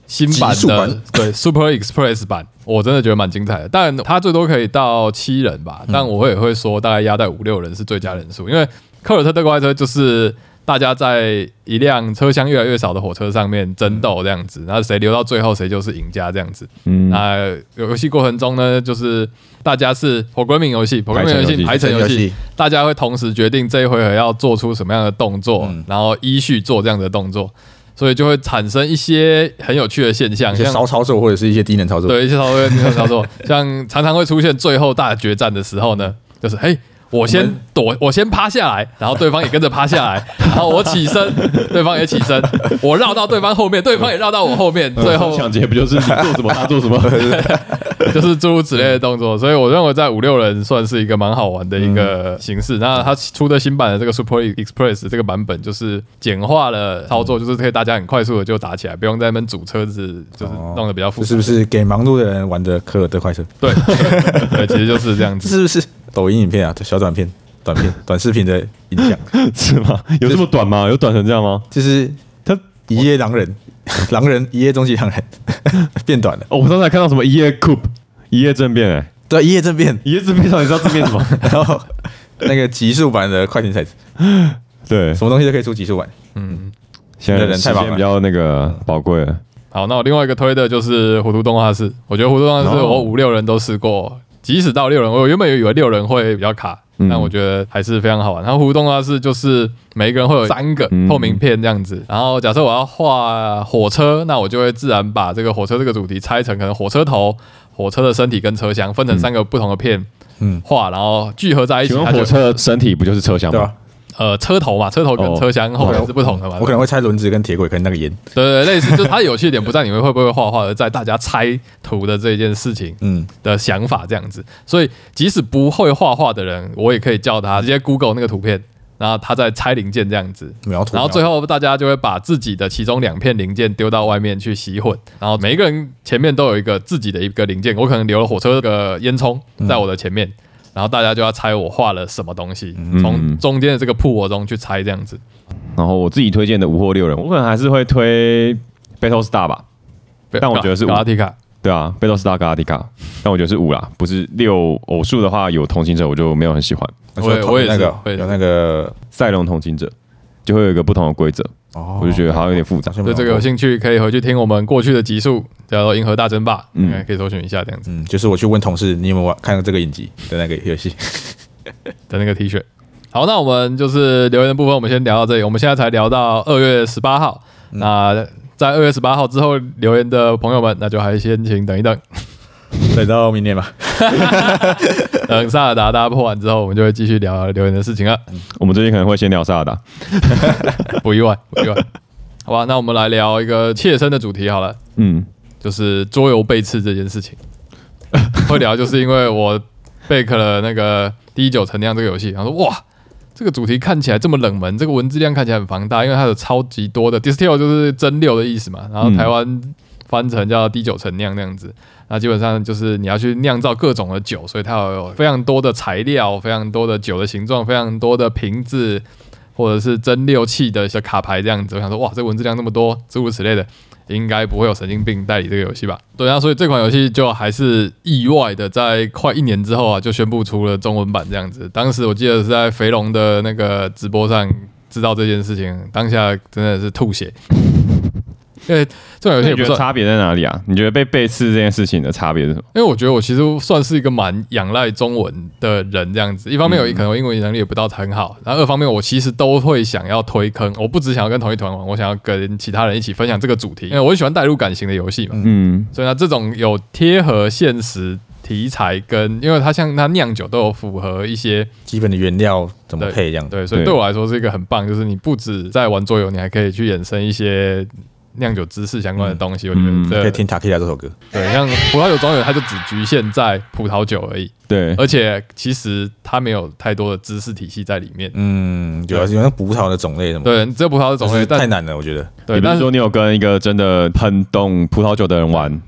Speaker 2: 新版
Speaker 1: 极速
Speaker 2: 的
Speaker 1: 版
Speaker 2: 对 Super Express 版，我真的觉得蛮精彩的。但它最多可以到七人吧，但我也会说大概压在五六人是最佳人数，因为科尔特特快车就是。大家在一辆车厢越来越少的火车上面争斗这样子，那谁留到最后谁就是赢家这样子。
Speaker 3: 嗯，
Speaker 2: 那游游戏过程中呢，就是大家是 programming 游戏，programming 游
Speaker 3: 游
Speaker 2: 戏
Speaker 3: 戏
Speaker 2: 排程游
Speaker 1: 排程游
Speaker 2: 戏
Speaker 1: 戏，
Speaker 2: 大家会同时决定这一回合要做出什么样的动作，然后依序做这样的动作，所以就会产生一些很有趣的现象，
Speaker 1: 一些
Speaker 2: 像
Speaker 1: 骚操作或者是一些低能操作，
Speaker 2: 对一些稍微操作， 像常常会出现最后大决战的时候呢，就是嘿。我先躲，我先趴下来，然后对方也跟着趴下 来，然后我起身，对方也起身，我绕到对方后面，对方也绕到我后面，最后
Speaker 3: 抢呃劫不就是你做什 么他做什么？
Speaker 2: 就是诸如此类的动作，所以我认为在五六人算是一个蛮好玩的一
Speaker 1: 嗯
Speaker 2: 个形式。那它出的新版的这个 Super Express 这个版本，就是简化了操
Speaker 1: 嗯
Speaker 2: 作，就是可以大家很快速的就打起来，不用在那边组车子，就是弄得比较复
Speaker 1: 这
Speaker 2: 杂。
Speaker 1: 哦是不是给忙碌的人玩的可尔特快车？
Speaker 2: 对， 对，其实就是这样
Speaker 1: 这
Speaker 2: 子。
Speaker 1: 是不是抖音影片啊？小短片、短 片、短视频的影响，
Speaker 3: 是吗？有这么短吗？有短成这样吗？
Speaker 1: 就是
Speaker 3: 他
Speaker 1: 一夜狼 人，狼人一夜终极狼人 变短了，
Speaker 3: 哦，我上次还看到什么一夜 coup，一夜政变哎、
Speaker 1: 对，一夜政变，
Speaker 3: 一夜政变到底知道政变什么？
Speaker 1: 然后那个极速版的快艇骰子，
Speaker 3: 对，
Speaker 1: 什么东西都可以出极速版，
Speaker 3: 现在
Speaker 1: 人
Speaker 3: 时
Speaker 1: 太忙
Speaker 3: 间
Speaker 1: 了
Speaker 3: 比较那个宝贵了。
Speaker 2: 好，那我另外一个推的就是糊涂动画室，我觉得糊涂动画室
Speaker 3: 哦
Speaker 2: 我五六人都试过，即使到六人，我原本以为六人会比较卡，
Speaker 3: 嗯
Speaker 2: 但我觉得还是非常好玩。它互动啊是就是每一个人会有三个
Speaker 3: 嗯
Speaker 2: 透明片这样子，然后假设我要画火车，那我就会自然把这个火车这个主题拆成可能火车头、火车的身体跟车厢分成三个不同的片。嗯，画然后聚合在一起，
Speaker 3: 请
Speaker 2: 它
Speaker 3: 问
Speaker 2: 就
Speaker 3: 火车的身体不就是车厢
Speaker 1: 对
Speaker 3: 吗
Speaker 1: 吧？？
Speaker 2: 呃车头嘛，车头跟
Speaker 3: 哦
Speaker 2: 车厢后面是不同的嘛。
Speaker 1: 我可能会拆轮子跟铁轨，可能那个烟。
Speaker 2: 对对，对类似，就它的有趣点不在你们会不会画画，而在大家猜图的这件事情
Speaker 1: 嗯，
Speaker 2: 的想法这样子。所以即使不会画画的人，我也可以叫他直接 Google 那个图片，然后他再拆零件这样子。
Speaker 1: 描图。
Speaker 2: 然后最
Speaker 1: 后，
Speaker 2: 后大家就会把自己的其中两片零件丢到外面去洗混，然后每一个人前面都有一个自己的一个零件，我可能留了火车的烟囱
Speaker 1: 嗯
Speaker 2: 在我的前面，然后大家就要猜我画了什么东西，
Speaker 1: 嗯
Speaker 2: 从中间的这个铺窝中去猜这样子。
Speaker 3: 然后我自己推荐的五或六人，我可能还是会推 Battle Star 吧。但我觉得是
Speaker 2: 阿提卡，
Speaker 3: 对啊，Battle Star g a l a t i a 但我觉得是五啦，不是六。偶数的话，有同行者我就没有很喜欢。
Speaker 2: 我也
Speaker 1: 说
Speaker 2: 我也
Speaker 1: 那
Speaker 2: 是
Speaker 1: 个
Speaker 2: 我也是
Speaker 1: 有那个，
Speaker 3: 赛龙同行者就会有一个不同的规则，
Speaker 1: 哦
Speaker 3: 我就觉得好像有点复杂。
Speaker 1: 对
Speaker 2: 对这个有，兴趣可以回去听我们过去的集数，叫做《银河大争霸》，应该可以搜寻一下这样子
Speaker 1: 嗯，就是我去问同事，你有没有玩看过这个影集的那个游 戏？
Speaker 2: 的那个 T 恤。好，那我们就是留言的部分，我们先聊到这里。我们现在才聊到二月十八号，那在二月十八号之后留言的朋友们，那就还先请等一等，
Speaker 1: 等到明年吧。
Speaker 2: 等萨尔达大家破完之后，我们就会继续聊留言的事情了，
Speaker 3: 我们最近可能会先聊萨尔达，
Speaker 2: 不意外，不意外。好吧，那我们来聊一个切身的主题好了。
Speaker 3: 嗯，
Speaker 2: 就是桌游背刺这件事情。 会聊就是因为我备课了那个《第一九层量》这个游戏，然后说哇，这个主题看起来这么冷门，这个文字量看起来很庞大，因为它有超级多的 distill 就是蒸馏的意思嘛，然后台湾翻成叫第九层酿那样子。那基本上就是你要去酿造各种的酒，所以它有非常多的材料，非常多的酒的形状，非常多的瓶子，或者是蒸馏器的一些卡牌这样子。我想说，哇，这文字量那么多，诸如此类的，应该不会有神经病代理这个游戏吧？对啊，所以这款游戏就还是意外的，在快一年之后啊，就宣布出了中文版这样子。当时我记得是在肥龙的那个直播上知道这件事情，当下真的是吐血。 因为这款游戏
Speaker 3: 你
Speaker 2: 也不
Speaker 3: 觉
Speaker 2: 算
Speaker 3: 得差别在哪里啊？你觉得被背刺这件事情的差别是什么？
Speaker 2: 因为我觉得我其实算是一个蛮仰赖中文的人，这样子。一方面有可能我英文能力也不到很好，然后二方面我其实都会想要推坑，我不只想要跟同一团玩，我想要跟其他人一起分享这个主题，因为我很喜欢带入感型的游戏嘛。
Speaker 3: 嗯，
Speaker 2: 所以呢，这种有贴合现实题材跟，因为它像它酿酒都有符合一些
Speaker 1: 基本的原料怎么配这样？
Speaker 2: 对，所以
Speaker 3: 对
Speaker 2: 对我来说是一个很棒，就是你不止在玩桌游，你还可以去衍生一些酿酒知识相关的东西。我觉
Speaker 3: 嗯
Speaker 2: 得
Speaker 1: 可以
Speaker 2: 这、
Speaker 1: 听塔 K 亚这首歌。
Speaker 2: 对，像葡萄酒庄园，它就只局限在葡萄酒而已。
Speaker 3: 对，
Speaker 2: 而且其实它没有太多的知识体系在里面。
Speaker 1: 嗯，有啊，有那葡萄的种类什么，
Speaker 2: 对，只有葡萄的种类，
Speaker 1: 就是太
Speaker 2: 但
Speaker 1: 难了，我觉得。
Speaker 2: 对，
Speaker 3: 你不
Speaker 2: 但
Speaker 3: 是说你有跟一个真的很懂葡萄酒的人玩？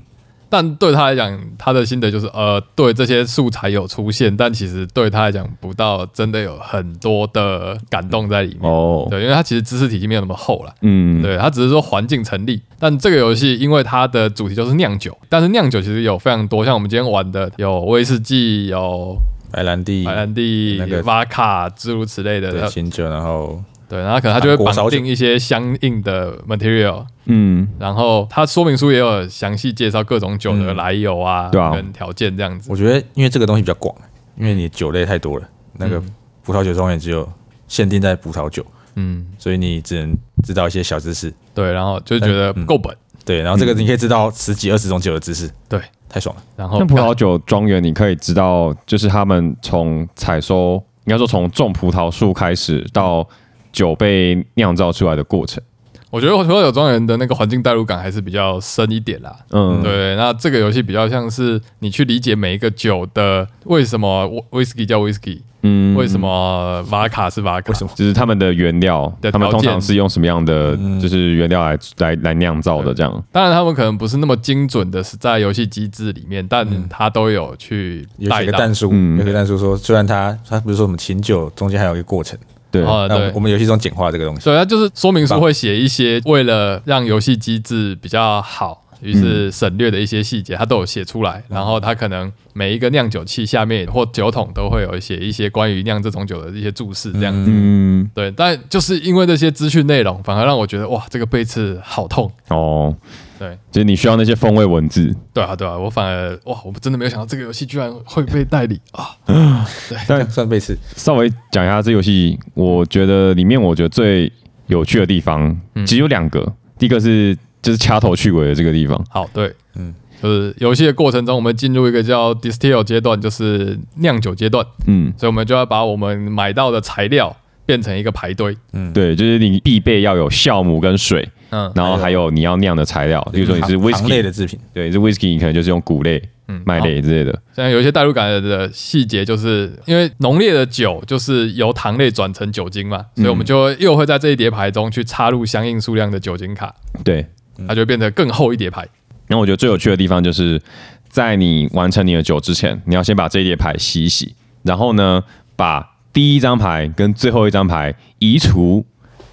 Speaker 2: 但对他来讲，他的心得就是，呃，对这些素材有出现，但其实对他来讲，不到真的有很多的感动在里面。
Speaker 3: 哦，
Speaker 2: 对，因为他其实知识体系没有那么厚啦。
Speaker 3: 嗯，
Speaker 2: 对，它只是说环境成立，但这个游戏因为它的主题就是酿酒，但是酿酒其实有非常多，像我们今天玩的有威士忌、有
Speaker 1: 白兰地、
Speaker 2: 白兰地
Speaker 1: 嗯那、个
Speaker 2: 瓦卡诸如此类的，呃
Speaker 1: 对清酒，然后
Speaker 2: 对，然后可能它就会
Speaker 1: 韩国
Speaker 2: 绑
Speaker 1: 烧酒
Speaker 2: 定一些相应的 material，
Speaker 3: 嗯，
Speaker 2: 然后它说明书也有详细介绍各种酒的来由啊，
Speaker 3: 对啊
Speaker 2: 跟条件这样子。
Speaker 1: 我觉得因为这个东西比较广，因为你酒类太多了，那个葡萄酒庄园只有限定在葡萄酒，
Speaker 2: 嗯，
Speaker 1: 所以你只能知道一些小知识。
Speaker 2: 对，然后就觉得不够本，
Speaker 1: 对，然后这
Speaker 2: 嗯
Speaker 1: 个你可以知道十几二十种酒的知识，
Speaker 2: 对，
Speaker 1: 太爽了。
Speaker 2: 然后
Speaker 3: 那葡萄酒庄园你可以知道，就是他们从采收，应该说从种葡萄树开始到酒被酿造出来的过程。
Speaker 2: 我觉得葡萄酒庄园的那个环境代入感还是比较深一点啦。
Speaker 3: 嗯，
Speaker 2: 对，那这个游戏比较像是你去理解每一个酒的为什么 whisky 叫 whisky，
Speaker 3: 嗯
Speaker 2: 为什么瓦卡是瓦卡，为什么
Speaker 3: 就是他们的原料
Speaker 2: 的，
Speaker 3: 他们
Speaker 2: 条
Speaker 3: 通
Speaker 2: 件嗯
Speaker 3: 常是用什么样的就是原料来来来酿造的这样。
Speaker 2: 当然，他们可能不是那么精准的是在游戏机制里面，但他都有去
Speaker 1: 有
Speaker 2: 带
Speaker 1: 写个
Speaker 2: 到。
Speaker 1: 蛋叔，
Speaker 3: 嗯
Speaker 1: 有个蛋叔说，虽然他他不是说什么琴酒中间还有一个过程，
Speaker 3: 对，
Speaker 2: 啊，
Speaker 1: 那我
Speaker 2: 对
Speaker 1: 们我，们游戏中简化这个东西。
Speaker 2: 所以它就是说明书会写一些为了让游戏机制比较好，于是省略的一些细节，它都有写出来。然后它可能每一个酿酒器下面或酒桶都会有写一些关于酿这种酒的一些注释，这样子。
Speaker 3: 嗯，
Speaker 2: 对，但就是因为这些资讯内容，反而让我觉得哇，这个背刺好痛。
Speaker 3: 哦，
Speaker 2: 对
Speaker 3: 就是你需要那些风味文字，
Speaker 2: 对啊对啊，我反而哇，我真的没有想到这个游戏居然会被代理啊！
Speaker 3: 但
Speaker 1: 算背刺，
Speaker 3: 稍微讲一下这游戏，我觉得里面我觉得最有趣的地方，
Speaker 2: 嗯
Speaker 3: 其实有两个，第一个是就是掐头去尾的这个地方，
Speaker 2: 好，对，嗯
Speaker 1: 嗯，
Speaker 2: 就是游戏的过程中，我们进入一个叫 distill 阶段，就是酿酒阶段，
Speaker 3: 嗯，
Speaker 2: 所以我们就要把我们买到的材料变成一个排堆，
Speaker 3: 对，就是你必备要有酵母跟水，
Speaker 2: 嗯
Speaker 3: 然后还有你要酿的材料，比如说你是
Speaker 1: 糖糖类
Speaker 3: whisky，
Speaker 1: 的制品，
Speaker 3: 对，你是 whisky，你可能就是用谷类、
Speaker 2: 嗯
Speaker 3: 麦类之类的，
Speaker 2: 现在有一些代入感的细节，就是因为浓烈的酒就是由糖类转成酒精嘛，所以我们就又会在这一叠牌中去插入相应数量的酒精卡，
Speaker 3: 对。
Speaker 2: 它就会变得更厚一叠牌。
Speaker 3: 然后我觉得最有趣的地方就是，在你完成你的酒之前，你要先把这一叠牌洗一洗，然后呢，把第一张牌跟最后一张牌移除，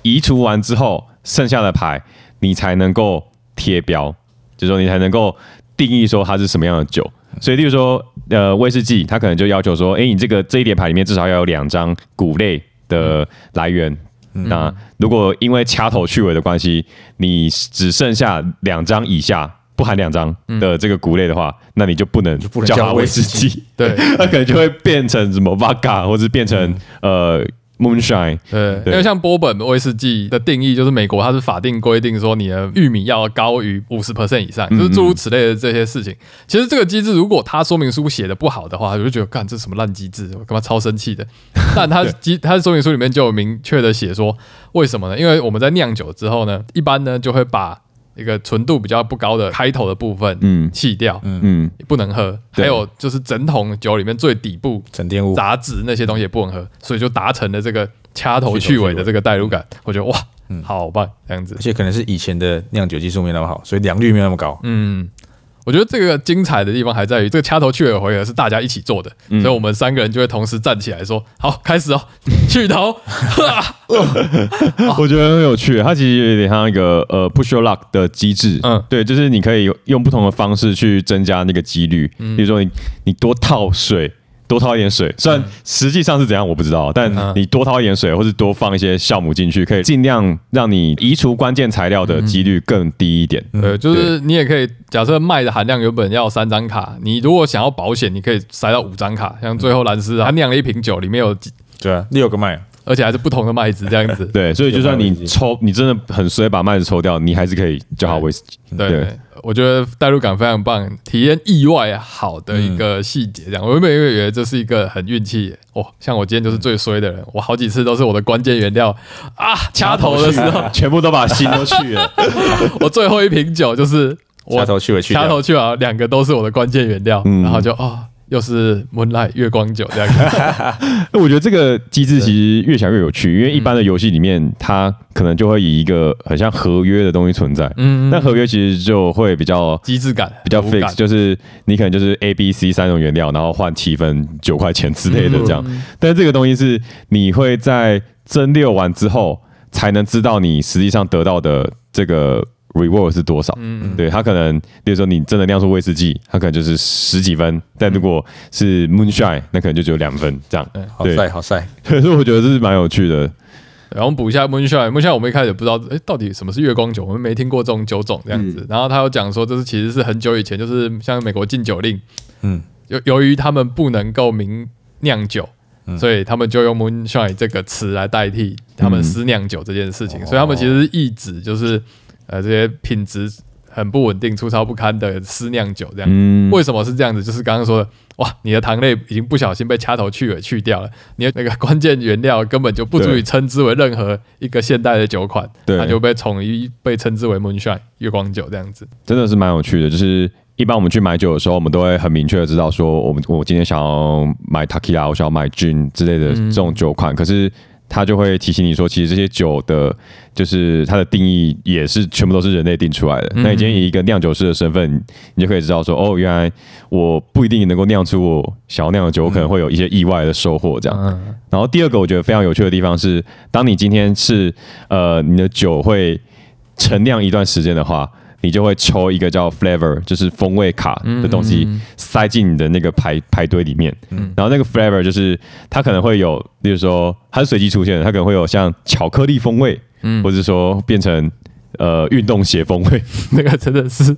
Speaker 3: 移除完之后，剩下的牌你才能够贴标，就是说你才能够定义说它是什么样的酒。所以，例如说，呃，威士忌，它可能就要求说，诶，你这个这一叠牌里面至少要有两张谷类的来源。那如果因为掐头去尾的关系，你只剩下两张以下，不含两张的这个谷类的话，那你就不能
Speaker 1: 不能
Speaker 3: 叫
Speaker 1: 叫
Speaker 3: 它
Speaker 1: 威
Speaker 3: 威士
Speaker 1: 士忌
Speaker 3: 忌。
Speaker 2: 对
Speaker 3: 它可能就会变成什么 vodka，或者变成、呃 moonshine。
Speaker 2: 对，因
Speaker 3: 对
Speaker 2: 为像波本威士忌的定义，就是美国它是法定规定说你的玉米要高于五十 percent 以
Speaker 3: 嗯
Speaker 2: 上，就是诸如此类的这些事情。其实这个机制，如果它说明书写的不好的话，我就觉得干这什么烂机制，我干嘛超生气 的。但它机它的说明书里面就有明确的写说，为什么呢？因为我们在酿酒之后呢，一般呢就会把一个纯度比较不高的开头的部分，嗯，
Speaker 3: 嗯
Speaker 2: 弃掉，
Speaker 3: 嗯，
Speaker 2: 不能喝。还
Speaker 3: 对
Speaker 2: 有就是整桶酒里面最底部
Speaker 1: 沉淀物，
Speaker 2: 杂质那些东西也不能喝，所以就达成了这个掐头去尾的这个代入感。我觉得哇，好棒，这样子
Speaker 1: 而。且可能是以前的酿酒技术没那么好，所以良率没有那么高。
Speaker 2: 嗯，我觉得这个精彩的地方还在于这个掐头去尾的回合是大家一起做的，所以我们三个人就会同时站起来说：“好，开始哦，去头。
Speaker 3: 我觉得很有趣。它其实有点像一个呃 push your luck 的机制。
Speaker 2: 嗯
Speaker 3: 嗯，对，就是你可以用不同的方式去增加那个几率。比如说你你多套水。多套一点水，虽然实际上是怎样我不知道，但你多套一点水，或是多放一些酵母进去，可以尽量让你移除关键材料的几率更低一点。
Speaker 2: 对，就是你也可以假设麦的含量原本要三张卡，你如果想要保险，你可以塞到五张卡。像最后兰斯他酿了一瓶酒，里面有几，
Speaker 1: 对啊，六个麦，
Speaker 2: 而且还是不同的麦子这样子。
Speaker 3: 对，所以就算
Speaker 1: 有道
Speaker 3: 你
Speaker 1: 理
Speaker 3: 抽，你真的很衰把麦子抽掉，你还是可以叫它威士忌。
Speaker 2: 对，我觉得代入感非常棒，体验意外好的一个细节。这样，我原本以为这是一个很运气哦，像我今天就是最衰的人，我好几次都是我的关键原料啊，掐头的时候，
Speaker 3: 全部都把心都去了。
Speaker 2: 我最后一瓶酒就是我
Speaker 1: 掐头去尾去
Speaker 2: 掐
Speaker 1: 掉
Speaker 2: 头去尾，两个都是我的关键原料，然后就哦，又是 Moonlight 月光酒这样，
Speaker 3: 那我觉得这个机制其实越想越有趣，因为一般的游戏里面，它可能就会以一个很像合约的东西存在。
Speaker 2: 嗯
Speaker 3: 嗯，那合约其实就会比较
Speaker 2: 机制感
Speaker 3: 比较
Speaker 2: 无感
Speaker 3: fix，就是你可能就是 A、B、C 三种原料，然后换七分九块钱之类的这样。但是这个东西是你会在蒸馏完之后才能知道你实际上得到的这个 reward 是多少。嗯，对，它可能，比如说你真的酿出威士忌，它可能就是十几分，但如果是 moonshine，那可能就只有两分这样。
Speaker 1: 好
Speaker 3: 对
Speaker 1: 帅，好帅，
Speaker 3: 可是我觉得这是蛮有趣的。
Speaker 2: 然后我们补一下 moonshine，moonshine 我们一开始也不知道，哎，到底什么是月光酒，我们没听过这种酒种这样子。然后他有讲说，这是其实是很久以前，就是像美国禁酒令，
Speaker 1: 嗯，
Speaker 2: 由由于他们不能够明酿酒，所以他们就用 moonshine 这个词来代替他们私酿酒这件事情，所以他们其实是意指就是呃这些品质很不稳定、粗糙不堪的私酿酒这样。
Speaker 3: 嗯，
Speaker 2: 为什么是这样子？就是刚刚说的，哇，你的糖类已经不小心被掐头去尾去掉了，你的那个关键原料根本就不足以
Speaker 3: 对
Speaker 2: 称之为任何一个现代的酒款，
Speaker 3: 对
Speaker 2: 它就被统一被称之为 moonshine 月光酒这样子。
Speaker 3: 真的是蛮有趣的，就是。一般我们去买酒的时候，我们都会很明确的知道说，我们我今天想要买 tequila，我想要买 gin 之类的这种酒款。可是他就会提醒你说，其实这些酒的，就是它的定义也是全部都是人类定出来的。那你今天以一个酿酒师的身份，你就可以知道说，哦，原来我不一定能够酿出我想要酿的酒，我可能会有一些意外的收获这样。
Speaker 2: 嗯，
Speaker 3: 然后第二个我觉得非常有趣的地方是，当你今天是呃你的酒会陈酿一段时间的话，你就会抽一个叫 flavor，就是风味卡的东西、
Speaker 2: 嗯
Speaker 3: 塞进你的那个排排堆里面。然后那个 flavor 就是它可能会有，
Speaker 2: 嗯
Speaker 3: 例如说它是随机出现的，它可能会有像巧克力风味，或者说变成呃运动鞋 风味，
Speaker 2: 那个真的是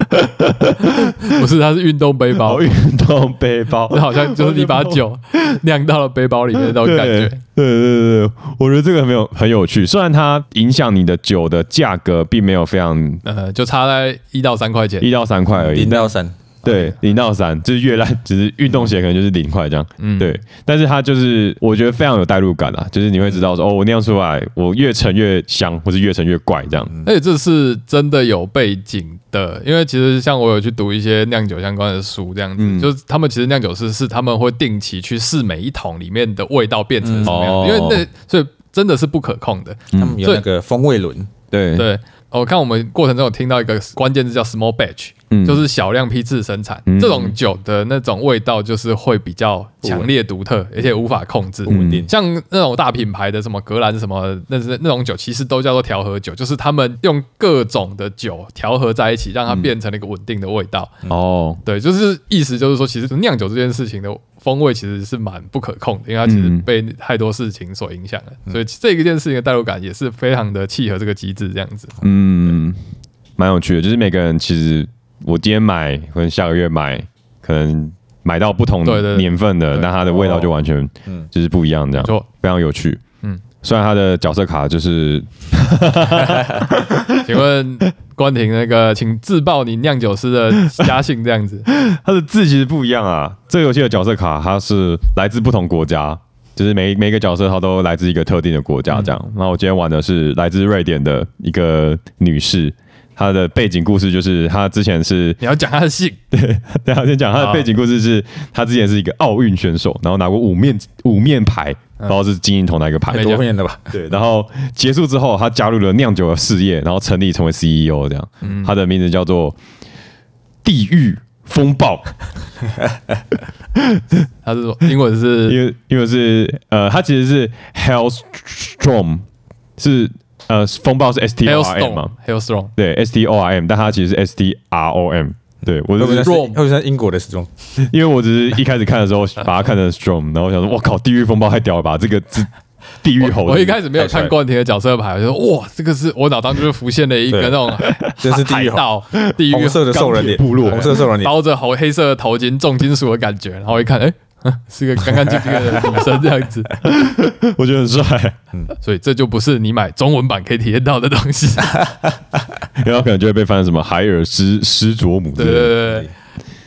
Speaker 2: 不是它是运动背包
Speaker 3: 哦，，运动背包，
Speaker 2: 这好像就是你把酒酿到了背包里面那种
Speaker 3: 对
Speaker 2: 感觉。
Speaker 3: 对对对对，我觉得这个很有很有趣，虽然它影响你的酒的价格并没有非常
Speaker 2: 呃，就差在一到三块钱
Speaker 3: 一，到三块而已
Speaker 1: 零，到三，
Speaker 3: 对，零到三就是越烂， 只是运动鞋可能就是零块这样，嗯，对。但是它就是我觉得非常有代入感啊，就是你会知道说，哦，我酿出来，我越陈越香，或是越陈越怪这样，
Speaker 2: 而且这是真的有背景的，因为其实像我有去读一些酿酒相关的书，这样子，就是他们其实酿酒师是他们会定期去试每一桶里面的味道变成什么样，
Speaker 3: 嗯
Speaker 2: 因为那所以真的是不可控的。
Speaker 1: 他们有那个风味轮，
Speaker 3: 对，
Speaker 2: 对，哦我看我们过程中有听到一个关键字叫 small batch，、
Speaker 3: 嗯
Speaker 2: 就是小量批次生产，这种酒的那种味道就是会比较强烈独
Speaker 3: 嗯
Speaker 2: 特，而且无法控制，
Speaker 1: 稳定
Speaker 2: 像那种大品牌的什么格兰什么，那是那种酒，其实都叫做调和酒，就是他们用各种的酒调和在一起，
Speaker 3: 嗯
Speaker 2: 让它变成了一个稳定的味道。
Speaker 3: 哦，
Speaker 2: 对，就是意思就是说，其实酿酒这件事情的风味其实是蛮不可控的，因为它其实
Speaker 3: 嗯
Speaker 2: 被太多事情所影响了，所以这一件事情的代入感也是非常的契合这个机制这样子。
Speaker 3: 嗯，蛮有趣的，就是每个人其实我今天买，可能下个月买，可能买到不同
Speaker 2: 对对对
Speaker 3: 年份的，
Speaker 2: 对
Speaker 3: 那它的味道就完全就是不一 样，这样
Speaker 2: 没错
Speaker 3: 非常有趣。
Speaker 2: 嗯
Speaker 3: 嗯，虽然它的角色卡就是
Speaker 2: 请问关婷那个，请自报你酿酒师的家姓这样子。
Speaker 3: 它的字其实不一样啊，这个游戏的角色卡它是来自不同国家。就是每每一个角色，它都来自一个特定的国家，这样。那、我今天玩的是来自瑞典的一个女士，她的背景故事就是她之前是
Speaker 2: 你要讲他的 姓，
Speaker 3: 对啊，先讲他
Speaker 2: 好
Speaker 3: 的背景故事是，他之前是一个奥运选手，然后拿过五面五面牌，然后是金银铜的一个牌
Speaker 2: 啊没。
Speaker 1: 多面的吧？
Speaker 3: 对，然后结束之后，他加入了酿酒的事业，然后成立成为 CEO 这样。他的名字叫做地狱风暴，
Speaker 2: 他是说英 文是
Speaker 3: 因为因为是呃，他其实是 Hellstorm，是呃风暴是 S
Speaker 1: E
Speaker 3: T O R M 嘛？
Speaker 2: Hailstorm，Hailstorm，
Speaker 3: 对，S T O R M，但他其实是 S T R O M。对，我
Speaker 1: 会
Speaker 3: 就
Speaker 1: 不会
Speaker 3: 是
Speaker 1: 在
Speaker 2: Rome
Speaker 1: 会不会在英国的时钟？
Speaker 3: 因为我只是一开始看的时候把它看成 Storm，然后我想说，我靠，地狱风暴太屌了吧！这个是地
Speaker 1: E
Speaker 3: 狱猴子
Speaker 2: 我一开始没有
Speaker 1: 太帅
Speaker 2: 看
Speaker 1: 了
Speaker 2: 冠廷的角色牌，我就说哇，这个是我脑当中就浮现了一个
Speaker 1: 对
Speaker 2: 那种
Speaker 1: 这是地
Speaker 2: 海
Speaker 1: 狱猴
Speaker 2: 盗、地狱
Speaker 1: 红色的兽人脸，
Speaker 3: 钢铁部落
Speaker 1: 红色的兽人脸，
Speaker 2: 包着红黑色的头巾、重金属的感觉，然后一看，哎、嗯 是个干干净净的女生这样子，
Speaker 3: 我觉得很帅，
Speaker 2: 所以这就不是你买中文版可以体验到的东西。
Speaker 3: 然后可能就会被翻成什么海尔斯斯卓
Speaker 1: 嗯
Speaker 3: 姆之
Speaker 2: 对
Speaker 3: 类
Speaker 2: 对
Speaker 3: 的。
Speaker 2: 对对，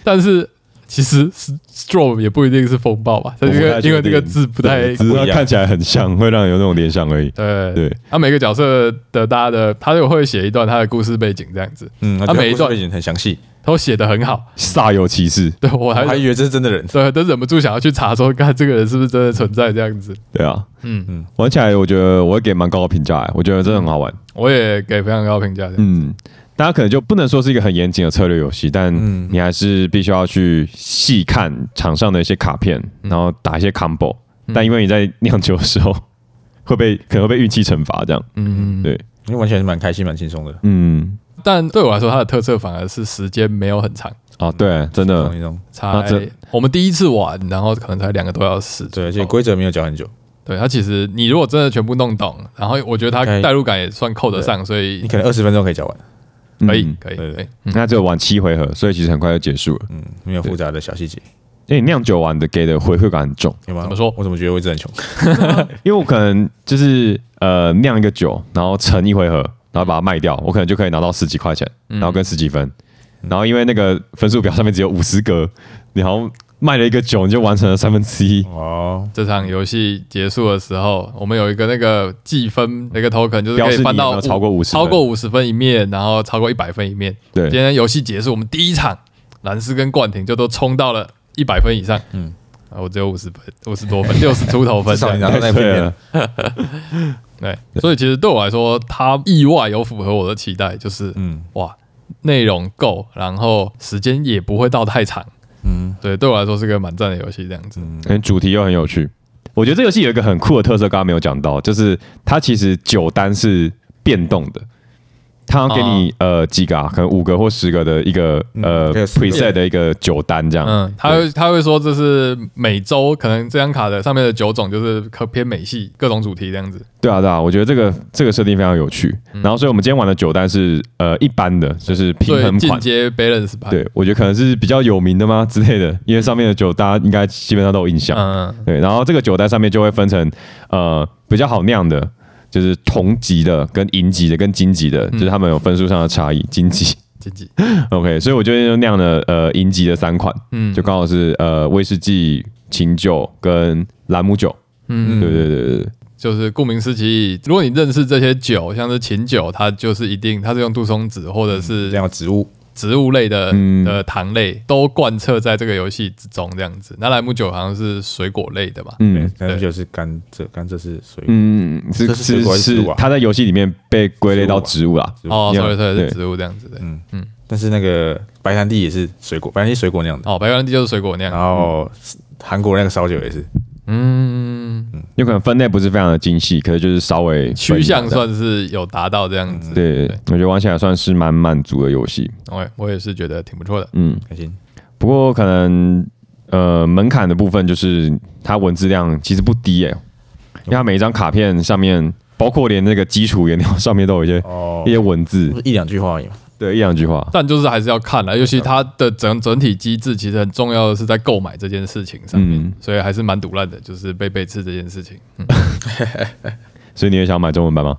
Speaker 2: 但是其实 storm 也不一定是风暴吧，它这
Speaker 3: 我不
Speaker 2: 个
Speaker 3: 太确定
Speaker 2: 因为这个字不太
Speaker 3: 只是它看起来很像，会让人有那种联想而已。
Speaker 2: 对
Speaker 3: 对，
Speaker 2: 他、每个角色的大家的，他就会写一段他的故事背景这样子，
Speaker 1: 嗯，
Speaker 2: 他啊每一
Speaker 1: 故事
Speaker 2: 段
Speaker 1: 背景很详细，
Speaker 2: 都写的很好，
Speaker 3: 煞有其事，
Speaker 2: 对我
Speaker 1: 我
Speaker 2: 还
Speaker 1: 还以为这是真的人，
Speaker 2: 对都忍不住想要去查说，看这个人是不是真的存在这样子。
Speaker 3: 对啊，
Speaker 2: 嗯
Speaker 3: 嗯嗯，玩起来我觉得我会给蛮高的评价、欸，我觉得真的很好玩。
Speaker 2: 我也给非常高评价的，
Speaker 3: 嗯，大家可能就不能说是一个很严谨的策略游戏，但你还是必须要去细看场上的一些卡片，然后打一些 combo、但因为你在酿酒的时候， 会被可能会被运气惩罚，这样。
Speaker 2: 嗯，
Speaker 3: 对，
Speaker 1: 因为玩起来是蛮开心、蛮轻松的。
Speaker 3: 嗯，
Speaker 2: 但对我来说，它的特色反而是时间没有很长，
Speaker 3: 哦，对，真的
Speaker 1: 懂一，懂，
Speaker 2: 才
Speaker 3: 那这
Speaker 2: 我们第一次玩，然后可能才两个多小时。
Speaker 1: 对，而且规则没有讲很久，
Speaker 2: 对它其实你如果真的全部弄懂，然后我觉得它
Speaker 1: 可以
Speaker 2: 代入感也算扣得上，所以
Speaker 1: 你可能二十分钟可以讲完，
Speaker 2: 可以
Speaker 3: 嗯
Speaker 2: 可以哎
Speaker 1: 对
Speaker 2: 可以。
Speaker 3: 那只有玩七回合，所以其实很快就结束了。
Speaker 1: 嗯，没有复杂的小细节，
Speaker 3: 因为酿酒玩的给的回馈感很重，
Speaker 1: 有吗？
Speaker 2: 怎么说
Speaker 1: 我怎么觉得我一直很穷？
Speaker 3: 因为我可能就是呃酿一个酒，然后盛一回合，然后把它卖掉，我可能就可以拿到十几块钱，然后跟十几分。然后因为那个分数表上面只有五十格，然后卖了一个酒，你就完成了三分之一。
Speaker 1: 哦，
Speaker 2: 这场游戏结束的时候，我们有一个那个计分的一个 token，就是可
Speaker 3: 标
Speaker 2: 以
Speaker 3: 示
Speaker 2: 翻
Speaker 3: 你有
Speaker 2: 到
Speaker 3: 没有
Speaker 2: 五
Speaker 3: 超过50
Speaker 2: 超过五十分一面，然后超过一百分一面。
Speaker 3: 对
Speaker 2: 今天游戏结束，我们第一场蓝斯跟冠廷就都冲到了一百分以上。嗯，啊，我只有五十分，五十多分，六十出头分
Speaker 1: 至
Speaker 2: 这
Speaker 1: 少
Speaker 2: 样
Speaker 1: 你。拿到那片
Speaker 3: 对
Speaker 1: 面
Speaker 3: 啊，
Speaker 2: 对，所以其实对我来说，它意外有符合我的期待，就是嗯
Speaker 1: 嗯，
Speaker 2: 哇，内容够，然后时间也不会到太长，嗯
Speaker 1: 嗯，
Speaker 2: 对，对我来说是个蛮赞的游戏，这样子，
Speaker 3: 因为主题又很有趣。我觉得这游戏有一个很酷的特色，刚刚没有讲到，就是它其实酒单是变动的。他要给你呃几个啊，可能五个或十个的一个呃
Speaker 1: 可以有十个
Speaker 3: preset 的一个酒单这样。
Speaker 2: 嗯，他会他会说这是每周可能这张卡的上面的九种就是可偏美系各种主题这样子。
Speaker 3: 对啊，对啊，我觉得这个这个设定非常有趣。
Speaker 2: 嗯
Speaker 3: 然后，所以我们今天玩的酒单是呃一般的，就是平
Speaker 2: 最
Speaker 3: 衡
Speaker 2: 进
Speaker 3: 款。
Speaker 2: 阶 balance 牌。
Speaker 3: 对，我觉得可能是比较有名的吗之类的，因为上面的酒大家应该基本上都有印象。
Speaker 2: 嗯，
Speaker 3: 对，然后这个酒单上面就会分成呃比较好酿的，就是铜级的、跟银级的、跟金级
Speaker 2: 嗯
Speaker 3: 的，就是他们有分数上的差异。金级
Speaker 2: 经济，
Speaker 3: ，OK，所以我今天就酿了呃银级的三款，
Speaker 2: 嗯，
Speaker 3: 就刚好是呃威士忌、琴酒跟兰姆酒。
Speaker 2: 嗯
Speaker 3: 嗯，对对对对对，
Speaker 2: 就是顾名思义，如果你认识这些酒，像是琴酒，它就是一定它是用杜松子或者
Speaker 1: 嗯这
Speaker 2: 是
Speaker 1: 样的植物，
Speaker 2: 植物类的、
Speaker 3: 嗯
Speaker 2: 的糖类都贯彻在这个游戏之中这样子。那莱姆酒好像是水果类的吧？
Speaker 1: 对
Speaker 3: 嗯，
Speaker 1: 那就是甘蔗，甘蔗是水果，
Speaker 3: 嗯，是
Speaker 1: 这是水
Speaker 3: 是
Speaker 1: 果还是
Speaker 3: 是
Speaker 1: 植物啊，
Speaker 3: 它在游戏里面被归类到植物啦。
Speaker 1: 植物
Speaker 2: 哦
Speaker 3: 嗯一样
Speaker 2: ，sorry sorry，
Speaker 3: 对嗯
Speaker 2: 是植物这样子的。
Speaker 1: 但是那个白兰地也是水果，白兰地水果那样的，
Speaker 2: 哦，白兰地就是水果
Speaker 1: 然
Speaker 3: 嗯啊
Speaker 2: 酿。
Speaker 1: 后韩国那个烧酒也是，
Speaker 2: 嗯，
Speaker 3: 啊有可能分类不是非常的精细，可是就是稍微
Speaker 2: 趋向
Speaker 3: 分一下
Speaker 2: 算是有达到这样子。
Speaker 3: 对，我觉得玩起来算是蛮满足的游戏。
Speaker 2: 我我也是觉得挺不错的。
Speaker 3: 嗯，
Speaker 1: 开心，
Speaker 3: 不过可能呃门槛的部分就是它文字量其实不低诶、因为它每一张卡片上面，包括连那个基础原料 上面都有一些、
Speaker 1: 哦
Speaker 3: 一，些文字
Speaker 1: 不，是一两句话 而已嘛，
Speaker 3: 对，一两句话。
Speaker 2: 但就是还是要看啦，尤其它的整整体机制其实很重要的是在购买这件事情上面，
Speaker 3: 嗯
Speaker 2: 所以还是蛮堵烂的，就是被背刺这件事情。嗯，
Speaker 3: 所以你也想买中文版吗？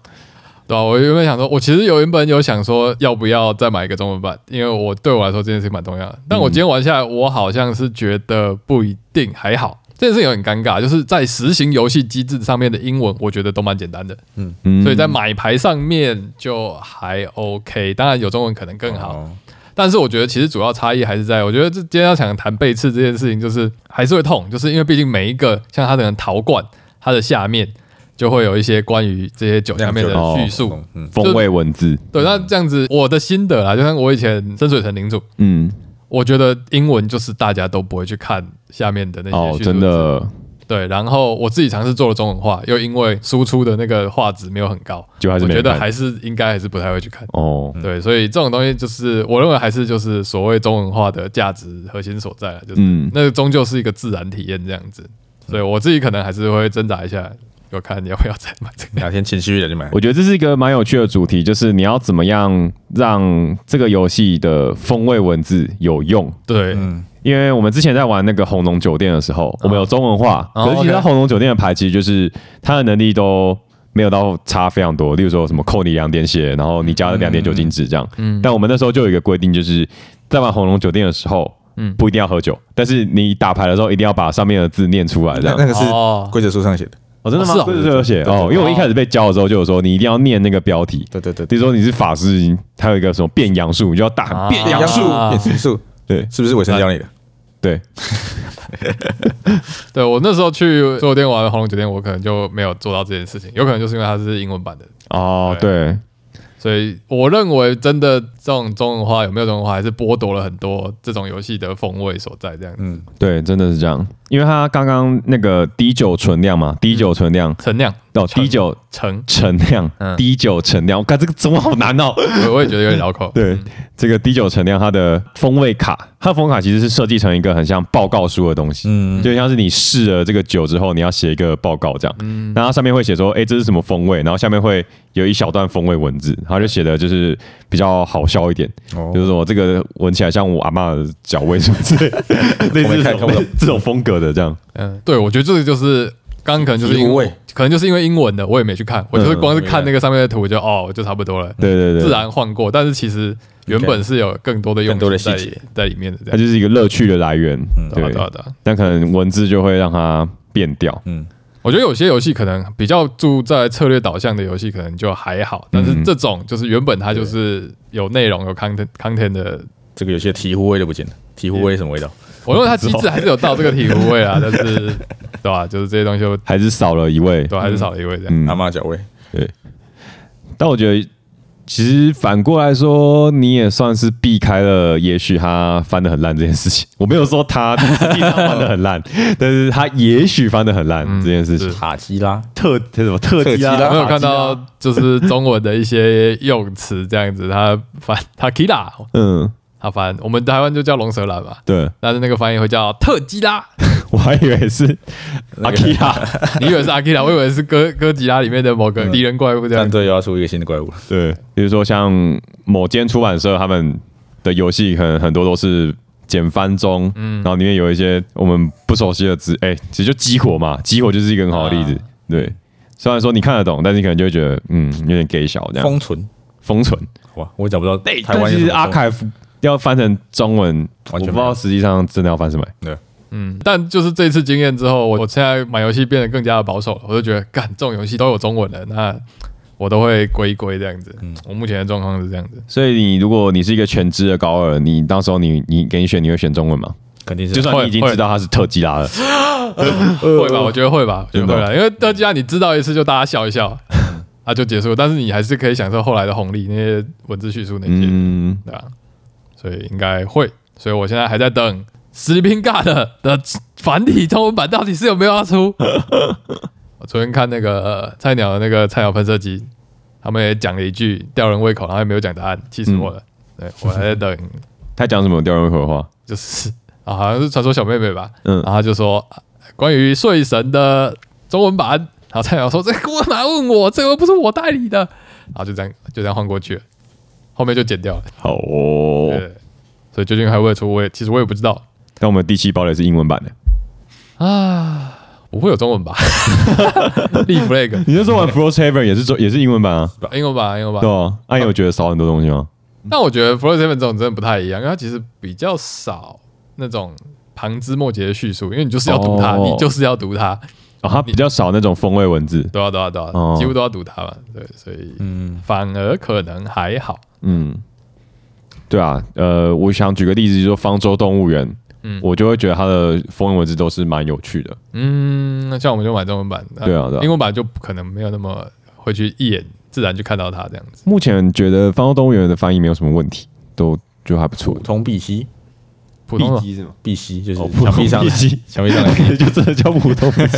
Speaker 2: 对啊，我原本想说，我其实有原本有想说要不要再买一个中文版，因为我对我来说这件事情蛮重要的。但我今天玩下来，我好像是觉得不一定还好。这件事情有点尴尬，就是在实行游戏机制上面的英文，我觉得都蛮简单的，
Speaker 3: 嗯，
Speaker 2: 所以在买牌上面就还 OK。当然有中文可能更好，
Speaker 1: 哦，
Speaker 2: 但是我觉得其实主要差异还是在，我觉得这今天要想谈背刺这件事情，就是还是会痛，就是因为毕竟每一个像它的陶罐，它的下面就会有一些关于这些酒下面的
Speaker 3: 酿酒
Speaker 2: 叙述。
Speaker 1: 嗯嗯，
Speaker 3: 风味文字，
Speaker 2: 对，那这样子我的心得啦，就像我以前深水城领主，
Speaker 3: 嗯，
Speaker 2: 我觉得英文就是大家都不会去看下面的那些
Speaker 3: 哦
Speaker 2: 叙述、，
Speaker 3: 真。的，
Speaker 2: 对，然后我自己尝试做了中文化，又因为输出的那个画质没有很高，
Speaker 3: 就还是
Speaker 2: 我
Speaker 3: 没
Speaker 2: 觉
Speaker 3: 人
Speaker 2: 得
Speaker 3: 看
Speaker 2: 还是应该还是不太会去看。
Speaker 3: 哦，
Speaker 2: 对，所以这种东西就是我认为还是就是所谓中文化的价值核心所在了，就是、
Speaker 3: 嗯
Speaker 2: 那终究是一个自然体验这样子。所以我自己可能还是会挣扎一下，有看要不要再买这 个。
Speaker 1: 哪天情绪一点就买，
Speaker 3: 我觉得这是一个蛮有趣的主题，就是你要怎么样让这个游戏的风味文字有用。
Speaker 2: 对，
Speaker 1: 嗯，
Speaker 3: 因为我们之前在玩那个红龙酒店的时候，我们有中文化，
Speaker 2: 哦
Speaker 3: 可是其
Speaker 2: OK
Speaker 3: 实它红龙酒店的牌其实就是它的能力都没有到差非常多，例如说什么扣你两点血，然后你加了两点酒精值这样。
Speaker 2: 嗯
Speaker 3: 但我们那时候就有一个规定，就是在玩红龙酒店的时候，
Speaker 2: 嗯
Speaker 3: 不一定要喝酒，但是你打牌的时候一定要把上面的字念出来这
Speaker 1: 那
Speaker 3: 样。
Speaker 1: 那个是
Speaker 3: 嗯
Speaker 2: 哦
Speaker 1: 规则书上写的，
Speaker 3: 哦，真的
Speaker 2: 哦是
Speaker 3: 吗？
Speaker 2: 哦
Speaker 3: 规则就有写
Speaker 1: 对
Speaker 3: 哦，因为我一开始被教的时候就有说，你一定要念那个标题。
Speaker 1: 对对对
Speaker 3: 比，如说你是法师，它有一个什么变阳术，你就要大喊变阳术。
Speaker 2: 啊
Speaker 1: 变形术
Speaker 3: 对
Speaker 1: 是不是伟成教你的？
Speaker 3: 对，
Speaker 2: 对我那时候去酒店玩《红龙酒店》，我可能就没有做到这件事情，有可能就是因为它是英文版的，
Speaker 3: 哦，对，
Speaker 2: 所以我认为真的这种中文化有没有中文化，还是剥夺了很多这种游戏的风味所在。这样子，
Speaker 1: 嗯，
Speaker 3: 对，真的是这样，因为它刚刚那个滴酒存量嘛，滴酒存量
Speaker 2: 陈酿
Speaker 3: 哦，
Speaker 2: 存
Speaker 3: 滴酒
Speaker 2: 陈，
Speaker 3: 存量
Speaker 2: 嗯，
Speaker 3: 滴酒存量，我看这个中文好难哦。
Speaker 2: 我我也觉得有点绕口。
Speaker 3: 对，这个滴酒存量它的风味卡，它的风味卡其实是设计成一个很像报告书的东西，嗯，就像是你试了这个酒之后，你要写一个报告这样，嗯，然后上面会写说，哎，这是什么风味，然后下面会有一小段风味文字，然后就写的就是比较好笑一点，
Speaker 1: 哦
Speaker 3: 就是我这个闻起来像我阿嬷的脚味什么之类的，类似这
Speaker 1: 看不懂
Speaker 3: 种 这种风格的这样，
Speaker 2: 嗯，对，我觉得这个就是刚刚可能就是因
Speaker 1: 体味
Speaker 2: 可能就是因为英文的，我也没去看，我就是光是看那个上面的图就哦，就差不多了，
Speaker 3: 对对对，
Speaker 2: 自然换过。但是其实原本是有更多的用
Speaker 1: 更多的
Speaker 2: 心在
Speaker 1: 细节
Speaker 2: 在里面的，这
Speaker 3: 它
Speaker 2: 样
Speaker 3: 就是一个乐趣的来源，
Speaker 2: 对啊
Speaker 3: 对
Speaker 2: 对，啊对啊。
Speaker 3: 但可能文字就会让它变掉，
Speaker 2: 我觉得有些游戏可能比较注在策略导向的游戏可能就还好，但是这种就是原本它就是有内容有 content content 的，
Speaker 1: 这个有些醍醐味都不见了，醍醐味什么味道？
Speaker 2: 我认为它机制还是有到这个体无味啊，但是对吧、就是这些东西我
Speaker 3: 还是少了一位
Speaker 2: 对、，啊、还是少了一位这样。
Speaker 3: 嗯
Speaker 1: 阿妈脚味，
Speaker 3: 但我觉得其实反过来说，你也算是避开了，也许他翻的很烂这件事情。我没有说他实际上翻的很烂，但是他也许翻的很烂这件事情。
Speaker 2: 是
Speaker 1: 塔基拉，
Speaker 3: 特这什么特技
Speaker 1: 特技
Speaker 3: 啊
Speaker 1: 啦？
Speaker 2: 我有看到就是中文的一些用词这样子，他翻 Takila，
Speaker 3: 嗯，
Speaker 2: 他翻我们台湾就叫龙舌兰嘛，
Speaker 3: 对，
Speaker 2: 但是那个翻译会叫特基拉。
Speaker 3: 我还以为是阿 k 啊，
Speaker 2: 你以为是阿基拉，我以为是哥哥吉拉里面的某个敌人怪物这样
Speaker 1: 战
Speaker 2: 子。
Speaker 1: 队又要出一个新的怪物了。
Speaker 3: 啊对，比如说像某间出版社他们的游戏，可能很多都是简翻中，然后里面有一些我们不熟悉的字，哎、其实就激活嘛，激活就是一个很好的例子。
Speaker 2: 啊
Speaker 3: 对，虽然说你看得懂，但是你可能就会觉得，嗯，有点给小这样。
Speaker 1: 封存，
Speaker 3: 封存，
Speaker 1: 哇，我也找不到台
Speaker 3: 但
Speaker 1: 湾有
Speaker 3: 其
Speaker 1: 什
Speaker 3: 实
Speaker 1: 么封
Speaker 3: archive 要翻成中文，
Speaker 1: 完
Speaker 3: 我不
Speaker 1: 全
Speaker 3: 知
Speaker 1: 没有
Speaker 3: 道实际上真的要翻什么。
Speaker 2: 嗯，但就是这次经验之后，我我现在买游戏变得更加的保守了。我就觉得，干这种游戏都有中文了，那我都会归一归这样子。我目前的状况是这样子。
Speaker 3: 所以你如果你是一个全职的高二，你到时候你你给你选，你会选中文吗？
Speaker 1: 肯定是
Speaker 3: 就算
Speaker 2: 会
Speaker 3: 你已经知道它是特技拉了，
Speaker 1: 呃
Speaker 2: 会吧？我觉得会吧，我觉得会
Speaker 3: 真
Speaker 2: 了，因为特基拉你知道一次就大家笑一笑，啊就结束了，但是你还是可以享受后来的红利，那些文字叙述那些，
Speaker 3: 嗯，
Speaker 2: 对吧、所以应该会，所以我现在还在等《Sleeping God》的繁体中文版到底是有没有要出。 我昨天看那个、呃菜鸟的那个菜鸟喷射机，他们也讲了一句吊人胃口，然后也没有讲答案，气死我了。对我还在等，
Speaker 3: 他讲什么吊人胃口的话？
Speaker 2: 就是啊，好像是传说小妹妹吧，
Speaker 3: 嗯
Speaker 2: 然后他就说啊关于睡神的中文版，然后菜鸟说这个我哪问我，这个又不是我代理的，然后就这样就这样换过去了，后面就剪掉了。
Speaker 3: 好哦，
Speaker 2: 对，所以究竟还会不会出，我也其实我也不知道
Speaker 3: 但我们第七堡垒是英文版的。
Speaker 2: 不会有中文吧？ 立 flag，
Speaker 3: 你那 时候玩 Frost Haven 也是中也是英文版啊，
Speaker 2: 英文版，英文
Speaker 3: 对
Speaker 2: 版。
Speaker 3: 啊，那、你有觉得少很多东西吗？
Speaker 2: 但我觉得 f r o z e n 这种真的不太一样，因为它其实比较少那种旁枝末节的叙述，因为你就是要读它，
Speaker 3: 哦
Speaker 2: 你就是要读啊它，
Speaker 3: 哦，它比较少那种风味文字，
Speaker 2: 都要都要都
Speaker 3: 哦
Speaker 2: 要，几乎都要读它嘛。对，所以
Speaker 1: 嗯，
Speaker 2: 反而可能还好。
Speaker 3: 嗯，对啊，呃，我想举个例子，就是说方舟动物园，
Speaker 2: 嗯
Speaker 3: 我就会觉得它的风味文字都是蛮有趣的，
Speaker 2: 嗯，那像我们就买中文版，那
Speaker 3: 对啊对啊
Speaker 2: 英文版就可能没有那么会去一眼自然去看到它这样子。
Speaker 3: 目前觉得方舟动物园的翻译没有什么问题，都就还不错
Speaker 1: 普。通碧玺，
Speaker 2: 普通的
Speaker 3: 壁是吗？
Speaker 1: 碧玺就是
Speaker 3: 哦，普
Speaker 1: 墙
Speaker 3: 通
Speaker 1: 壁上
Speaker 3: 壁
Speaker 1: 的
Speaker 3: 机，
Speaker 1: 墙壁上的
Speaker 3: 就真的叫 普通壁机。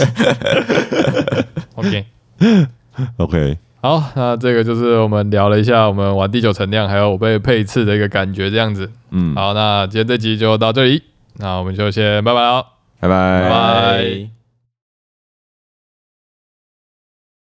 Speaker 2: OK。
Speaker 3: OK，
Speaker 2: 好，那这个就是我们聊了一下我们玩第九层量，还有我被配刺的一个感觉这样子。
Speaker 3: 嗯，
Speaker 2: 好，那今天这集就到这里，那我们就先拜拜了。
Speaker 3: 拜拜
Speaker 2: 拜。